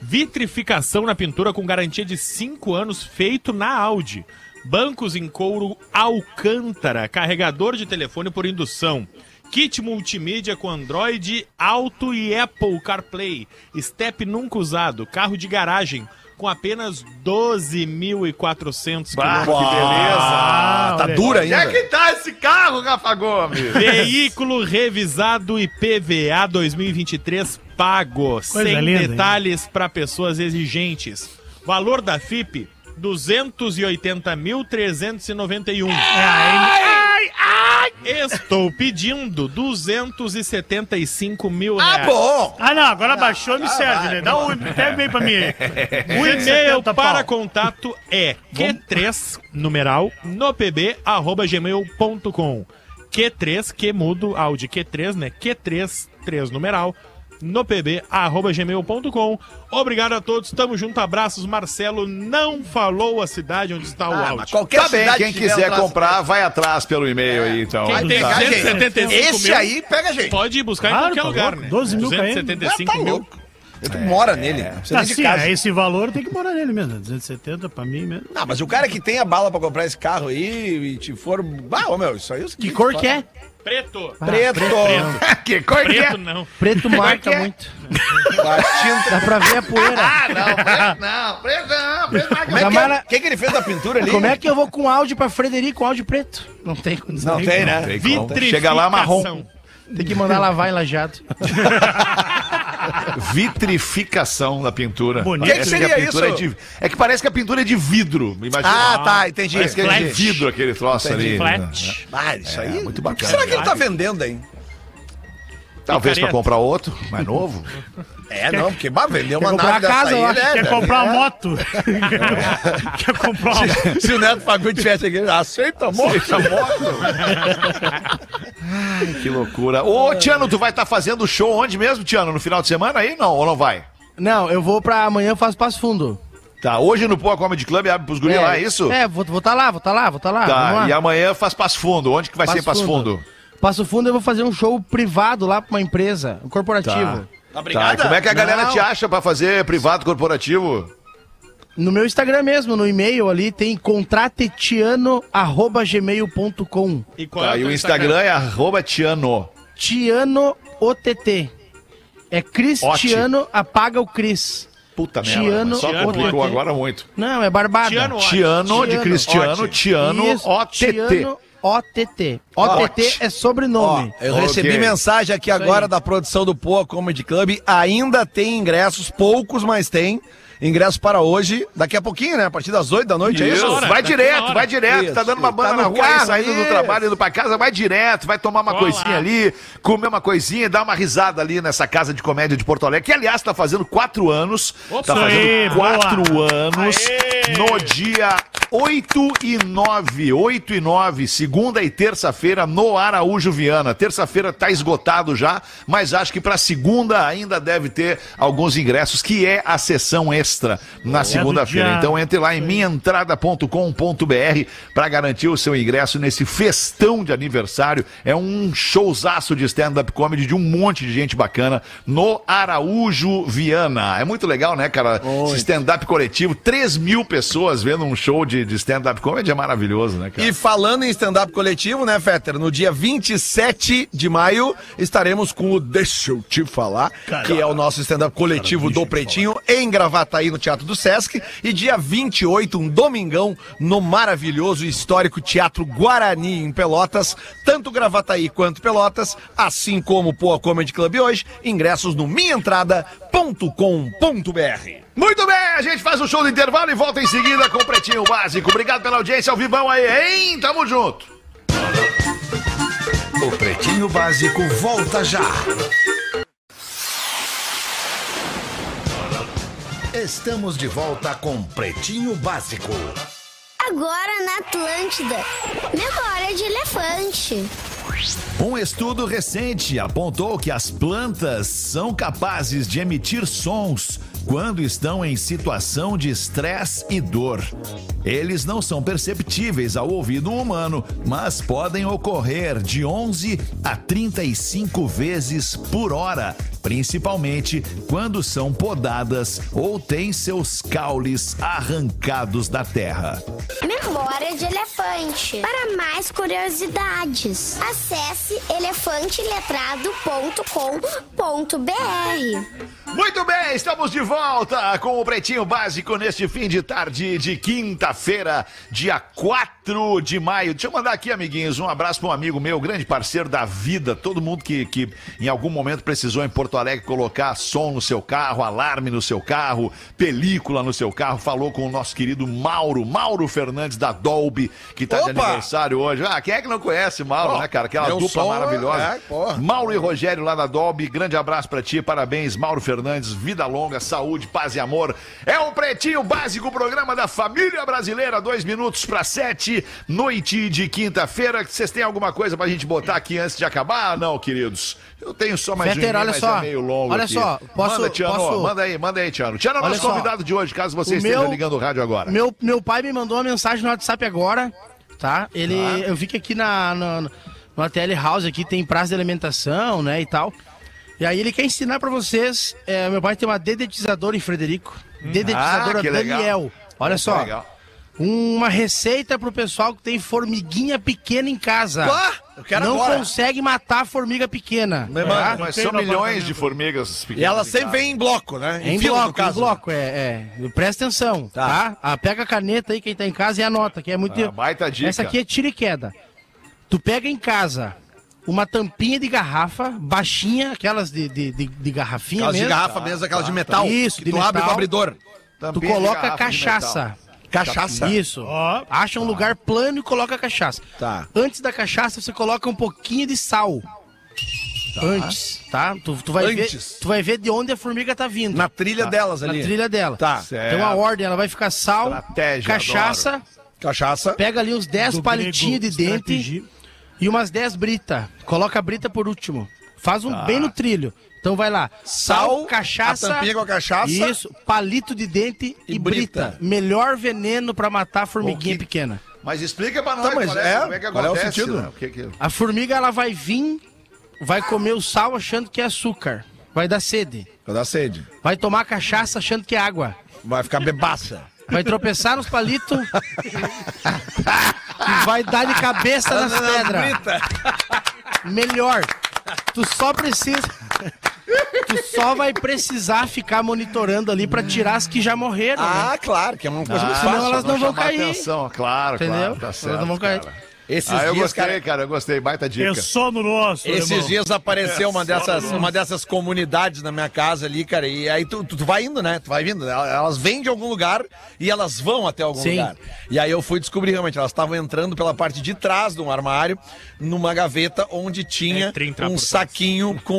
G: Vitrificação na pintura com garantia de 5 anos feito na Audi. Bancos em couro Alcântara, carregador de telefone por indução. Kit multimídia com Android, Auto e Apple CarPlay. Step nunca usado, carro de garagem com apenas 12.400
D: Bah,
G: quilômetros.
D: Ah, beleza.
F: Tá dura
D: Onde é
F: ainda.
D: que tá esse carro, Rafa Gomes?
G: Veículo revisado e PVA 2023 pago, sem
J: linda, hein?
G: detalhes para pessoas exigentes. Valor da FIP 280.391. Estou pedindo 275 mil reais.
F: Tá Bom,
J: Ah, não, agora baixou, me serve, né? Dá um, pega bem pra mim.
G: O e-mail
J: 170
G: para
J: pau.
G: contato é q3 numeral no pb arroba gmail.com q3 que mudo áudio q3 né q3 3 numeral no pb arroba gmail.com obrigado a todos tamo junto abraços Marcelo não falou a cidade onde está o áudio
F: qualquer
D: Tá bem,
F: cidade
D: quem
F: que tiver um
D: quiser
F: atrás-
D: comprar, vai atrás pelo e-mail aí, então.
G: Quem tem
F: pegar, gente.
G: 275
F: Esse
G: mil
F: aí pega a
D: é?
F: gente.
G: pode ir buscar
J: Claro,
G: em qualquer
J: tá
G: lugar
J: louco.
G: né
J: 12 mil caindo.
F: Ah, tá
G: 275 mil
F: louco.
D: É.
F: Tu mora nele, né? Não precisa nem de
J: Assim,
F: casa.
J: é esse valor tem que morar nele mesmo. né? 270 pra mim mesmo.
F: Não, mas o cara que tem a bala pra comprar esse carro aí e te for. Ah, ô, meu, isso aí.
I: Que cor que é?
G: preto
F: Preto!
D: que cor que é?
G: preto não
I: Preto marca muito.
F: A tinta.
I: Dá pra ver a poeira.
D: Ah, não, preto não, preto não, preto não.
F: Como é que, é? O que, que ele fez da pintura ali?
I: Como é que eu vou com áudio pra Frederico, áudio preto? Não tem condição.
F: Não tem, né?
G: vitrificação
D: Chega lá marrom.
I: Tem que mandar lavar em lajado.
D: Vitrificação da pintura.
J: Bonito.
D: Parece
F: Que que seria
D: a pintura
F: isso?
D: É, de- é que parece que a pintura é de vidro. Imagina.
F: Ah, tá, entendi.
D: Parece que é de
J: Flat.
D: vidro aquele troço ali. É.
G: flat
F: Ah, isso aí.
D: muito bacana.
F: O que será que ele tá vendendo aí?
D: Talvez pra
G: Picareta.
D: comprar outro, mais novo.
F: É, não, porque bah, vender uma
I: comprar
F: nave
I: a casa, eu acho
F: né,
J: Quer
F: velho?
J: comprar uma
I: É.
J: moto? Quer comprar uma moto?
F: Se o Neto Fagundes tivesse aqui, aceita, amor.
D: Que loucura. Ô, Tiano, tu vai estar fazendo show onde mesmo, Tiano? No final de semana aí? Não, ou não vai?
I: Não, eu vou pra amanhã, eu faço passo fundo.
D: Tá, hoje no Poa Comedy Club abre pros guris lá, é isso?
I: É, vou estar lá, vou estar lá, vou estar lá. vamos
D: Tá,
I: lá.
D: e amanhã faz Passo Fundo. Onde que vai ser
I: Passo
D: Passo Fundo?
I: Fundo. Passo Fundo eu vou fazer um show privado lá pra uma empresa, um corporativo.
D: Tá, e como é que a galera
I: Não.
D: te acha pra fazer privado corporativo?
I: No meu Instagram mesmo, no e-mail ali, tem contratetiano.gmail.com.
G: e qual
D: Tá,
G: é
D: e o
G: teu
D: Instagram é arroba Tiano.
I: Tiano OTT. É Cristiano, apaga o Cris.
D: Puta merda,
I: Tiano
D: mas só
I: Otti.
D: complicou agora muito.
I: Não, é barbado.
G: Tiano Otti.
D: Tiano de
I: Tiano
D: Cristiano, Tiano
I: Isso,
D: OTT.
I: Tiano OTT. OTT é sobrenome.
F: Ó, eu
D: Ok.
F: recebi mensagem aqui agora da produção do Poa Comedy Club. Ainda tem ingressos, poucos, mas tem. Ingressos para hoje, daqui a pouquinho, né? A partir das 8 da noite, é
D: Isso,
F: isso?
G: hora,
D: vai
G: daqui uma
D: direto,
G: hora.
D: vai direto. Tá
F: Isso,
D: dando uma banda
F: tá
D: na
F: no
D: rua,
F: carro,
D: saindo do
F: isso.
D: trabalho, indo pra casa, vai direto, vai tomar uma
G: Cola.
D: coisinha ali, comer uma coisinha, e dar uma risada ali nessa casa de comédia de Porto Alegre, que aliás tá fazendo quatro anos.
G: Opa,
D: tá fazendo
J: aí,
D: quatro anos no dia 8 e 9, 8 e 9, segunda e terça-feira no Araújo Viana. Terça-feira tá esgotado já, mas acho que para segunda ainda deve ter alguns ingressos, que é a sessão extra na segunda-feira.
J: dia-
D: Então entre lá em minhaentrada.com.br para garantir o seu ingresso nesse festão de aniversário. É um showzaço de stand-up comedy de um monte de gente bacana no Araújo Viana. É muito legal, né, cara? Esse stand-up coletivo, 3 mil pessoas vendo um show de, de stand-up comedy é maravilhoso, né, cara?
F: E falando em stand-up coletivo, né, Fetter? No dia 27 de maio estaremos com o Deixa Eu Te Falar, que é o nosso stand-up coletivo do Pretinho, em Gravataí, no Teatro do Sesc. E dia 28, um domingão, no maravilhoso e histórico Teatro Guarani, em Pelotas. Tanto Gravataí quanto Pelotas, assim como o Poa Comedy Club hoje. Ingressos no minhaentrada.com.br.
D: Muito bem, a gente faz o show do intervalo e volta em seguida com o Pretinho Básico. Obrigado pela audiência, ao vivão aí, hein? Tamo junto.
B: O Pretinho Básico volta já. Estamos de volta com Pretinho Básico.
M: Agora na Atlântida. Memória de elefante.
D: Um estudo recente apontou que as plantas são capazes de emitir sons quando estão em situação de estresse e dor. Eles não são perceptíveis ao ouvido humano, mas podem ocorrer de 11 a 35 vezes por hora, principalmente quando são podadas ou têm seus caules arrancados da terra.
M: Memória de elefante. Para mais curiosidades, acesse elefanteletrado.com.br.
D: Muito bem, estamos de volta com o Pretinho Básico neste fim de tarde de quinta-feira, dia 4 de maio. Deixa eu mandar aqui, amiguinhos, um abraço para um amigo meu, grande parceiro da vida, todo mundo que, que em algum momento precisou em Porto Alegre colocar som no seu carro, alarme no seu carro, película no seu carro, falou com o nosso querido Mauro, Mauro Fernandes da Dolby, que tá de
F: Opa!
D: aniversário hoje. Ah, quem é que não conhece Mauro,
F: Pô,
D: né, cara? Aquela
F: meu
D: dupla
F: som é-
D: maravilhosa.
F: é, porra.
D: Mauro e Rogério lá da Dolby, grande abraço pra ti, parabéns, Mauro Fernandes, vida longa, saúde, paz e amor. É o Pretinho Básico, programa da família brasileira, dois minutos pra sete, noite de quinta-feira. Vocês têm alguma coisa pra gente botar aqui antes de acabar? Ah, Não, queridos, eu tenho só mais
I: Fetter,
D: um e-mail,
I: olha
D: mas
I: só,
D: é meio longo
I: olha
D: aqui.
I: só, posso-
D: Manda, Tiano,
I: posso-
D: manda aí, manda aí, Tiano. Tiano é
I: Olha
D: nosso
I: só.
D: convidado de hoje, caso você
I: O
D: esteja
I: meu-
D: ligando o rádio agora.
I: Meu, meu pai me mandou uma mensagem no WhatsApp agora, tá? Ele, Eu vi que aqui na, na, na- na TL House aqui tem praça de alimentação, né, e tal. E aí ele quer ensinar pra vocês, é, meu pai tem uma dedetizadora em Frederico, dedetizadora
D: Ah, que legal.
I: Daniel. Olha só,
D: Legal.
I: uma receita pro pessoal que tem formiguinha pequena em casa.
F: Ah, eu quero
I: Não
F: agora.
I: consegue matar a formiga pequena.
F: Me manda.
I: tá?
D: Mas
J: Tem
D: são
J: no
D: milhões
J: apartamento.
D: de formigas pequenas.
F: E ela
D: em
F: sempre
D: casa.
F: vem em bloco, né?
I: É em
F: fila, no
I: bloco, em
F: caso.
I: bloco, é, é. Presta atenção, tá? Ah, pega a caneta aí, quem tá em casa, e anota, que é muito...
D: Ah, baita dica.
I: Essa aqui é tira e queda. Tu pega em casa uma tampinha de garrafa, baixinha, aquelas de, de, de, de garrafinha
F: Aquelas de
I: mesmo.
F: garrafa mesmo, aquelas de metal.
I: Isso,
F: que
I: de
F: tu abre com
I: metal.
F: o abridor.
I: Tu
D: Tampinha de garrafa
I: coloca
D: de metal.
I: cachaça.
F: Cachaça.
I: Isso.
J: Ó.
I: Acha um lugar plano e coloca a cachaça.
F: Tá.
I: Antes da cachaça, você coloca um pouquinho de sal. Antes, tá? Tu, tu vai
F: Antes.
I: ver, tu vai ver de onde a formiga tá vindo.
F: Na trilha delas
I: Na
F: ali.
I: trilha dela.
F: Tá.
I: Tem uma ordem, ela vai ficar sal,
D: Estratégia,
I: cachaça,
F: Cachaça.
I: pega ali uns 10
J: Do
I: palitinhos de
J: grego,
I: dente
J: estratégia.
I: e umas 10 brita. Coloca a brita por último. Faz um
J: Tá.
I: bem no trilho. Então vai lá.
F: Sal,
I: cachaça.
F: a tampinha com a cachaça.
I: Isso, palito de dente e,
F: E
I: brita.
F: brita.
I: Melhor veneno pra matar a formiguinha
D: Bom, que-
I: pequena.
D: Mas explica pra nós
F: Tá, mas
D: qual
F: é?
D: como é que
F: Qual é o
D: acontece,
F: sentido?
D: né? O que que-
I: A formiga ela vai vir, vai comer o sal achando que é açúcar. Vai dar sede.
F: Vai dar sede.
I: Vai tomar cachaça achando que é água.
F: Vai ficar bebaça.
I: Vai tropeçar nos palitos. e vai dar de cabeça nas pedras.
F: Brita.
I: Melhor. Tu só precisa. Tu só vai precisar ficar monitorando ali pra tirar as que já morreram. né?
F: Ah, claro, que é uma coisa mais
I: senão
F: fácil.
I: elas não vão
D: chamar
I: cair.
D: Atenção, claro,
I: Entendeu?
D: claro, tá certo.
I: Elas não vão cair.
D: cara.
F: Esses
D: Ah, eu
F: dias,
D: gostei,
F: cara,
D: cara, eu gostei. Baita dica.
J: Pensou no nosso,
F: Esses
J: irmão.
F: dias apareceu
I: É.
F: uma dessas, uma dessas comunidades na minha casa ali, cara, e aí tu, tu, tu vai indo, né? Tu vai vindo. Ela- Elas vêm de algum lugar e elas vão até algum
I: Sim.
F: lugar. E aí eu fui descobrir realmente, elas estavam entrando pela parte de trás de um armário, numa gaveta onde tinha
H: É, trinta por
F: um
H: trás.
F: saquinho com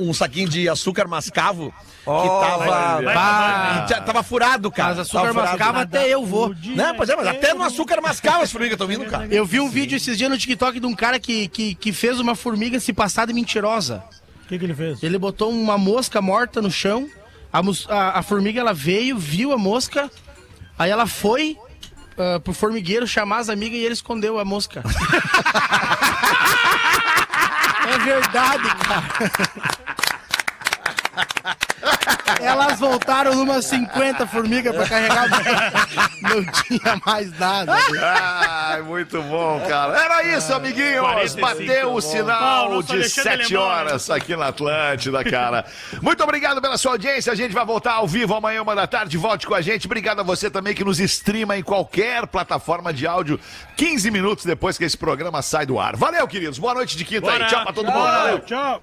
F: um, um saquinho de açúcar mascavo que tava,
J: vai,
F: Bah, já tava furado, cara.
I: Mas açúcar
F: Tava furado.
I: mascavo até eu vou.
F: Não, pois é, mas até no açúcar mascavo as formigas estão vindo, cara.
I: Eu vi um vídeo esses dias no TikTok de um cara que, que, que fez uma formiga se passar de mentirosa.
J: O que, que ele fez?
I: Ele botou uma mosca morta no chão. A, mos- a- a formiga ela veio, viu a mosca. Aí ela foi ah, pro formigueiro chamar as amigas e ele escondeu a mosca. é verdade, cara. Elas voltaram numas 50 formigas pra carregar. Não tinha mais nada.
D: Ai, muito bom, cara. Era
I: Ah,
D: isso, amiguinhos.
J: 45,
D: Bateu o
J: bom. Ah, o
D: sinal
J: nosso
D: de
J: Alexandre
D: 7
J: Alemão, né?
D: horas aqui na Atlântida, cara. Muito obrigado pela sua audiência. A gente vai voltar ao vivo amanhã, uma da tarde. Volte com a gente. Obrigado a você também que nos streama em qualquer plataforma de áudio 15 minutos depois que esse programa sai do ar. Valeu, queridos. Boa noite de quinta aí. Tchau pra todo mundo. Valeu.
J: Tchau.